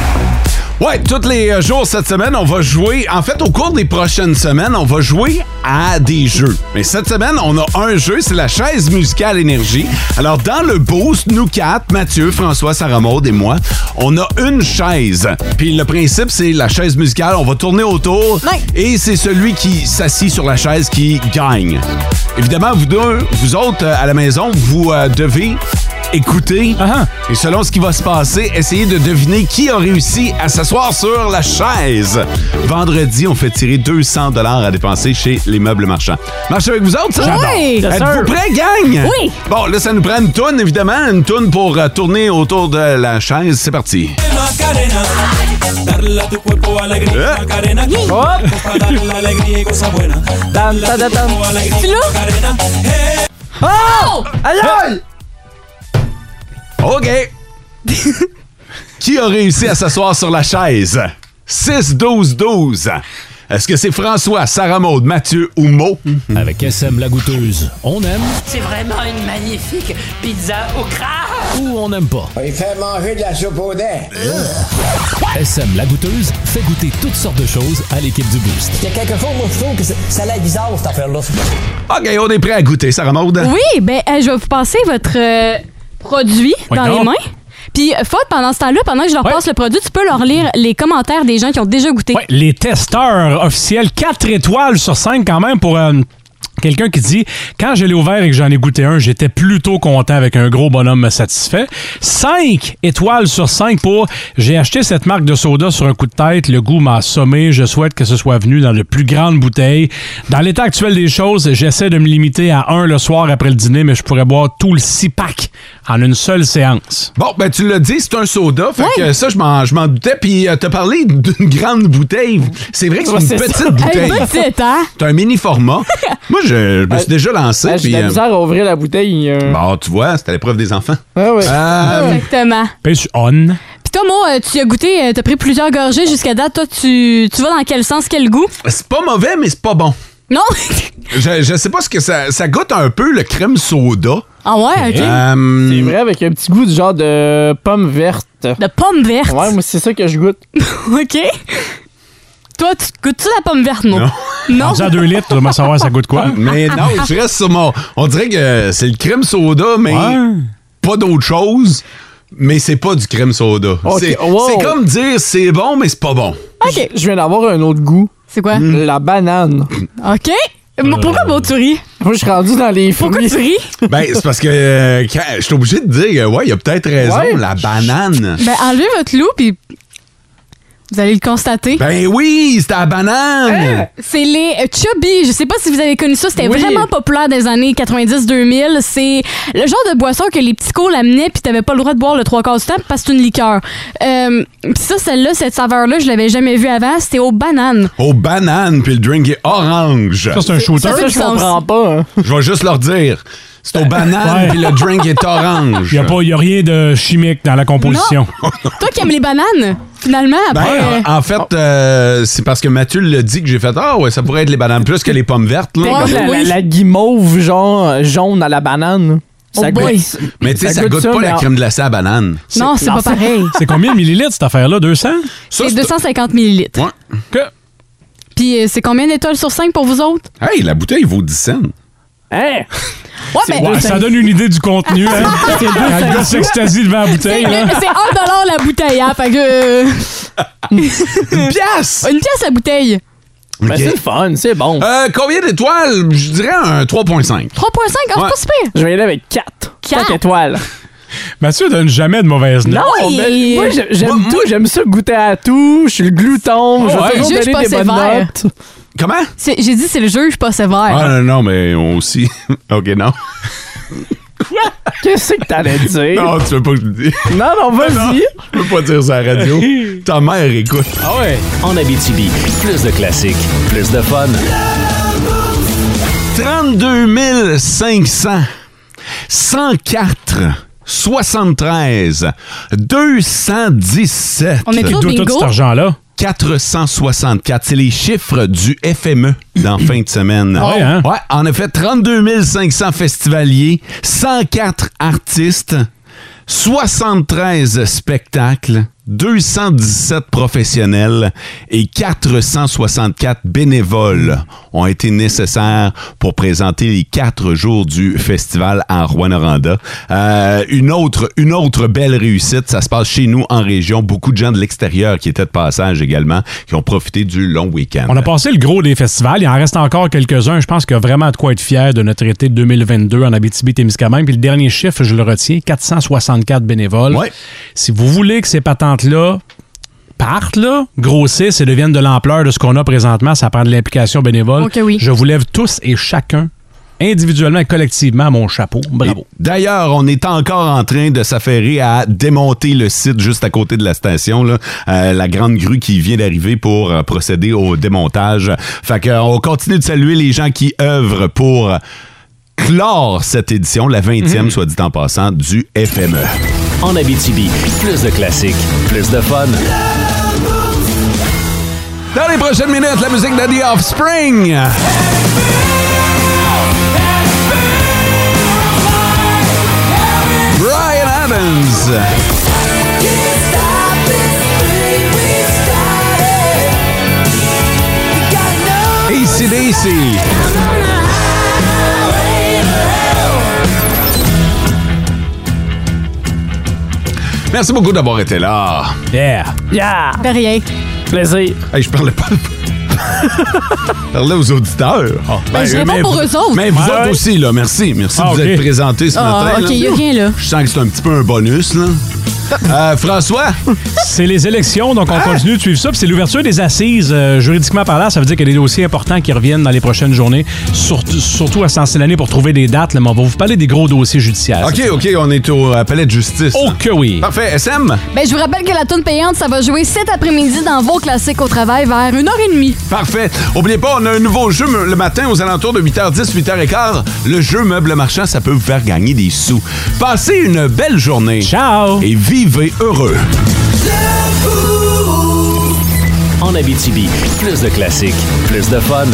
S3: Ouais, tous les euh, jours cette semaine, on va jouer. En fait, au cours des prochaines semaines, on va jouer à des jeux. Mais cette semaine, on a un jeu, c'est la chaise musicale énergie. Alors, dans le boost, nous quatre, Mathieu, François, Sarah Maud et moi, on a une chaise. Puis le principe, c'est la chaise musicale. On va tourner autour et c'est celui qui s'assit sur la chaise qui gagne. Évidemment, vous deux, vous autres euh, à la maison, vous euh, devez écouter et selon ce qui va se passer, essayer de deviner qui a réussi à s'asseoir sur la chaise. Vendredi, on fait tirer 200 dollars à dépenser chez les meubles marchands. Marche avec vous autres, ça?
S9: Oui! Yes, sir.
S3: Êtes-vous prêts, gang?
S9: Oui.
S3: Bon, là, ça nous prend une toune, évidemment. Une toune pour euh, tourner autour de la chaise. C'est parti.
S9: Macarena, darle a tu cuerpo alegría. Macarena, para darle la alegría y cosa buena. Darle a tu cuerpo alegría. Macarena, eh.
S4: Oh! Aïe
S9: aïe!
S3: OK. Qui a réussi à s'asseoir sur la chaise? 6-12-12. Est-ce que c'est François, Sarah Maud, Mathieu ou Mo? Mhm. Avec SM La Goûteuse, on aime
S13: C'est vraiment une magnifique pizza au crâne.
S14: ou on n'aime pas.
S13: Il fait manger de la soupe au lait.
S14: SM La Goûteuse fait goûter toutes sortes de choses à l'équipe du Boost.
S13: Il y a quelquefois, moi, je trouve que c'est- ça a l'air bizarre, cette affaire-là.
S3: OK, on est prêt à goûter, Sarah Maud.
S5: Oui, ben euh, je vais vous passer votre euh, produit
S3: Oui,
S5: dans les
S3: donc.
S5: mains. Puis euh, Faute, pendant ce temps-là, pendant que je leur passe le produit, tu peux leur lire les commentaires des gens qui ont déjà goûté.
S6: Ouais, les testeurs officiels, 4 étoiles sur 5 quand même pour euh, quelqu'un qui dit Quand je l'ai ouvert et que j'en ai goûté un, j'étais plutôt content avec un gros bonhomme satisfait. 5 étoiles sur 5 pour J'ai acheté cette marque de soda sur un coup de tête, le goût m'a assommé, je souhaite que ce soit venu dans de plus grandes bouteilles. Dans l'état actuel des choses, j'essaie de me limiter à un le soir après le dîner, mais je pourrais boire tout le 6 pack en une seule séance.
S3: Bon, ben tu l'as dit, c'est un soda. Fait que ça, je m'en, je m'en doutais. Puis euh, t'as parlé d'une grande bouteille. C'est vrai que c'est
S4: Ouais,
S3: une
S4: c'est
S3: petite
S4: ça.
S3: bouteille.
S4: Une petite, hein?
S3: C'est un mini format. Moi, je, je me suis déjà lancé.
S4: Ah, J'ai
S3: puis,
S4: de la
S3: euh,
S4: misère à ouvrir la bouteille. euh.
S3: bon, tu vois, c'était l'épreuve des enfants.
S4: Ah ouais.
S3: Euh,
S5: Exactement.
S6: Pêche on.
S5: Puis toi, Mo, euh, tu as goûté, euh, t'as pris plusieurs gorgées jusqu'à date. Toi, tu, tu vas dans quel sens, quel goût?
S3: C'est pas mauvais, mais c'est pas bon.
S5: Non?
S3: Je, je sais pas ce que ça, ça goûte un peu le crème soda. Euh,
S5: Ah ouais, ok.
S4: C'est vrai, avec un petit goût du genre de pomme verte. De
S5: pomme verte?
S4: Ouais, moi, c'est ça que je goûte.
S5: ok. Toi, tu goûtes-tu la pomme verte, Mo? Non.
S6: Rendu à 2 litres, tu vas savoir ça goûte quoi.
S3: Mais non, je reste sur mon. On dirait que c'est le crème soda, mais pas d'autre chose. Mais c'est pas du crème soda.
S4: Ok, oh,
S3: C'est
S4: wow.
S3: c'est comme dire c'est bon, mais c'est pas bon.
S4: Ok. Je viens d'avoir un autre goût.
S5: C'est quoi?
S3: Mm.
S4: La banane.
S5: Ok. Mo- Pourquoi, Mo, tu ris?
S4: Moi, je suis rendu dans les fruits.
S5: Pourquoi tu ris?
S3: Euh. Ben, c'est parce que euh, quand- je suis obligé de dire, euh, ouais, il a peut-être raison,
S5: Ouais.
S3: la banane.
S5: Ben, enlevez votre loup, puis vous allez le constater.
S3: Ben oui, c'était la
S6: Hein?
S4: Hein?
S3: banane.
S5: C'est les euh, Chubby. Je sais pas si vous avez connu ça. C'était
S3: Oui.
S5: vraiment populaire des années 90-2000. C'est le genre de boisson que les petits cols amenaient puis t'avais pas le droit de boire le trois quarts du temps parce que c'est une liqueur. Euh, puis ça, celle-là, cette saveur-là, je l'avais jamais vue avant. C'était aux bananes.
S3: Aux bananes, puis le drink est orange.
S5: Ça, c'est un shooter. Ça fait
S4: je
S5: du sens.
S4: comprends pas. hein.
S3: Je vais juste leur dire, c'est aux bananes,
S6: Ouais.
S3: puis le drink est orange.
S6: Il n'y a, rien de chimique dans la composition.
S5: Toi qui aimes les bananes, finalement, après. euh,
S3: Ben, en fait, euh, c'est parce que Mathieu l'a dit que j'ai fait Ah ouais, ça pourrait être les bananes plus que les pommes vertes.
S4: T'es
S3: Là. Ben,
S4: comme la, la- la guimauve, genre, euh, jaune à la banane.
S3: Oh boy. Mais tu sais, ça goûte
S4: ça,
S3: pas la
S4: mais-
S3: crème glacée à banane.
S5: Non, c'est pas pareil.
S6: C'est combien de millilitres cette affaire-là? 200?
S5: C'est 250 millilitres.
S6: Que-
S5: Puis euh, c'est combien d'étoiles sur 5 pour vous autres?
S3: Hey, la bouteille vaut 10 cents.
S4: Hein?
S5: Ouais,
S6: C'est-
S5: ben-
S6: ouais, ça donne une idée du contenu. Hein?
S5: C'est deux
S6: Quand le gars
S5: cinq-
S6: s'extasie devant la
S5: C'est
S6: bouteille. là.
S5: c'est un dollar la bouteille, hein, fait que...
S3: Une pièce!
S5: Une pièce la bouteille.
S4: Mais c'est le fun, c'est bon.
S3: Euh, combien d'étoiles? Je dirais un 3.5.
S5: 3.5, ah,
S3: Ouais.
S5: c'est pas super.
S4: Je vais y aller avec 4.
S5: Quatre.
S4: 4 étoiles.
S6: Mathieu donne jamais de mauvaise
S4: Non,
S6: note.
S4: mais moi, j'ai- j'aime tout. J'aime ça goûter à tout. Je suis le glouton. je
S5: ouais.
S4: vais toujours
S5: Juge pas
S4: donner des bonnes
S5: sévère.
S4: notes.
S3: Comment?
S5: C'est- J'ai dit, c'est le juge pas sévère.
S3: Ah non, non, mais on aussi. OK, non.
S4: Qu'est-ce que t'allais dire?
S3: Non, tu veux pas que je le dise.
S4: Non, non, vas-y.
S3: Je peux pas dire ça à la radio. Ta mère écoute.
S14: Ah ouais.
S2: En Abitibi, plus de classiques, plus de fun.
S3: 32 500, 104, 73, 217.
S5: On est toujours D'où tout bingo? cet
S6: argent-là?
S3: 464. C'est les chiffres du FME d'en fin de semaine.
S6: Ah ouais, hein?
S3: Ouais, en effet, 32 500 festivaliers, 104 artistes, 73 spectacles, 217 professionnels et 464 bénévoles ont été nécessaires pour présenter les quatre jours du festival en Rouen-Noranda. Euh, une, autre, une autre belle réussite, ça se passe chez nous en région. Beaucoup de gens de l'extérieur qui étaient de passage également, qui ont profité du long week-end.
S6: On a passé le gros des festivals. Il en reste encore quelques-uns. Je pense qu'il y a vraiment de quoi être fier de notre été 2022 en Abitibi-Témiscamingue. Puis le dernier chiffre, je le retiens, 464 bénévoles. Si vous voulez que ces patentes-là partent, là, grossissent et deviennent de l'ampleur de ce qu'on a présentement, ça prend de l'implication bénévole.
S5: Ok, oui.
S6: Je vous lève tous et chacun individuellement et collectivement mon chapeau. Bravo.
S3: D'ailleurs, on est encore en train de s'affairer à démonter le site juste à côté de la station, là. Euh, la grande grue qui vient d'arriver pour euh, procéder au démontage. Fait que, euh, on continue de saluer les gens qui œuvrent pour clore cette édition, la 20e,
S2: Mm.
S3: soit dit en passant, du E. FME.
S2: En Abitibi, plus de classiques, plus de fun.
S3: Dans les prochaines minutes, la musique de The Offspring. Brian Adams. ACDC. Merci beaucoup d'avoir été là.
S6: Yeah.
S5: Yeah. De rien.
S4: Plaisir.
S3: Hey, je parlais pas. je parlais aux auditeurs.
S5: Ben, je réponds
S3: mais
S5: pour
S3: Ah, vous-
S5: eux autres.
S3: Mais vous
S5: Ouais.
S3: autres aussi, là. Merci. Merci
S5: Ah,
S3: de vous
S5: ok.
S3: être présentés ce
S5: Ah,
S3: matin.
S5: ok, y a rien, là. Ah,
S3: Je sens que c'est un petit peu un bonus, là. Euh, François?
S6: C'est les élections, donc on continue de suivre ça. Puis c'est l'ouverture des assises, euh, juridiquement parlant. Ça veut dire qu'il y a des dossiers importants qui reviennent dans les prochaines journées, surtout, surtout à ce l'année pour trouver des dates. là. mais on va vous parler des gros dossiers judiciaires.
S3: OK, OK, on est au euh, palais de justice.
S6: Oh que oui!
S3: Parfait. SM?
S5: Ben, je vous rappelle que la toune payante, ça va jouer cet après-midi dans vos classiques au travail vers 1h30.
S3: Parfait. Oubliez pas, on a un nouveau jeu me- le matin aux alentours de 8h10, 8h15. Le jeu meuble marchand, ça peut vous faire gagner des sous. Passez une belle journée.
S6: Ciao.
S3: Et vivez heureux.
S2: En Abitibi, plus de classiques, plus de fun.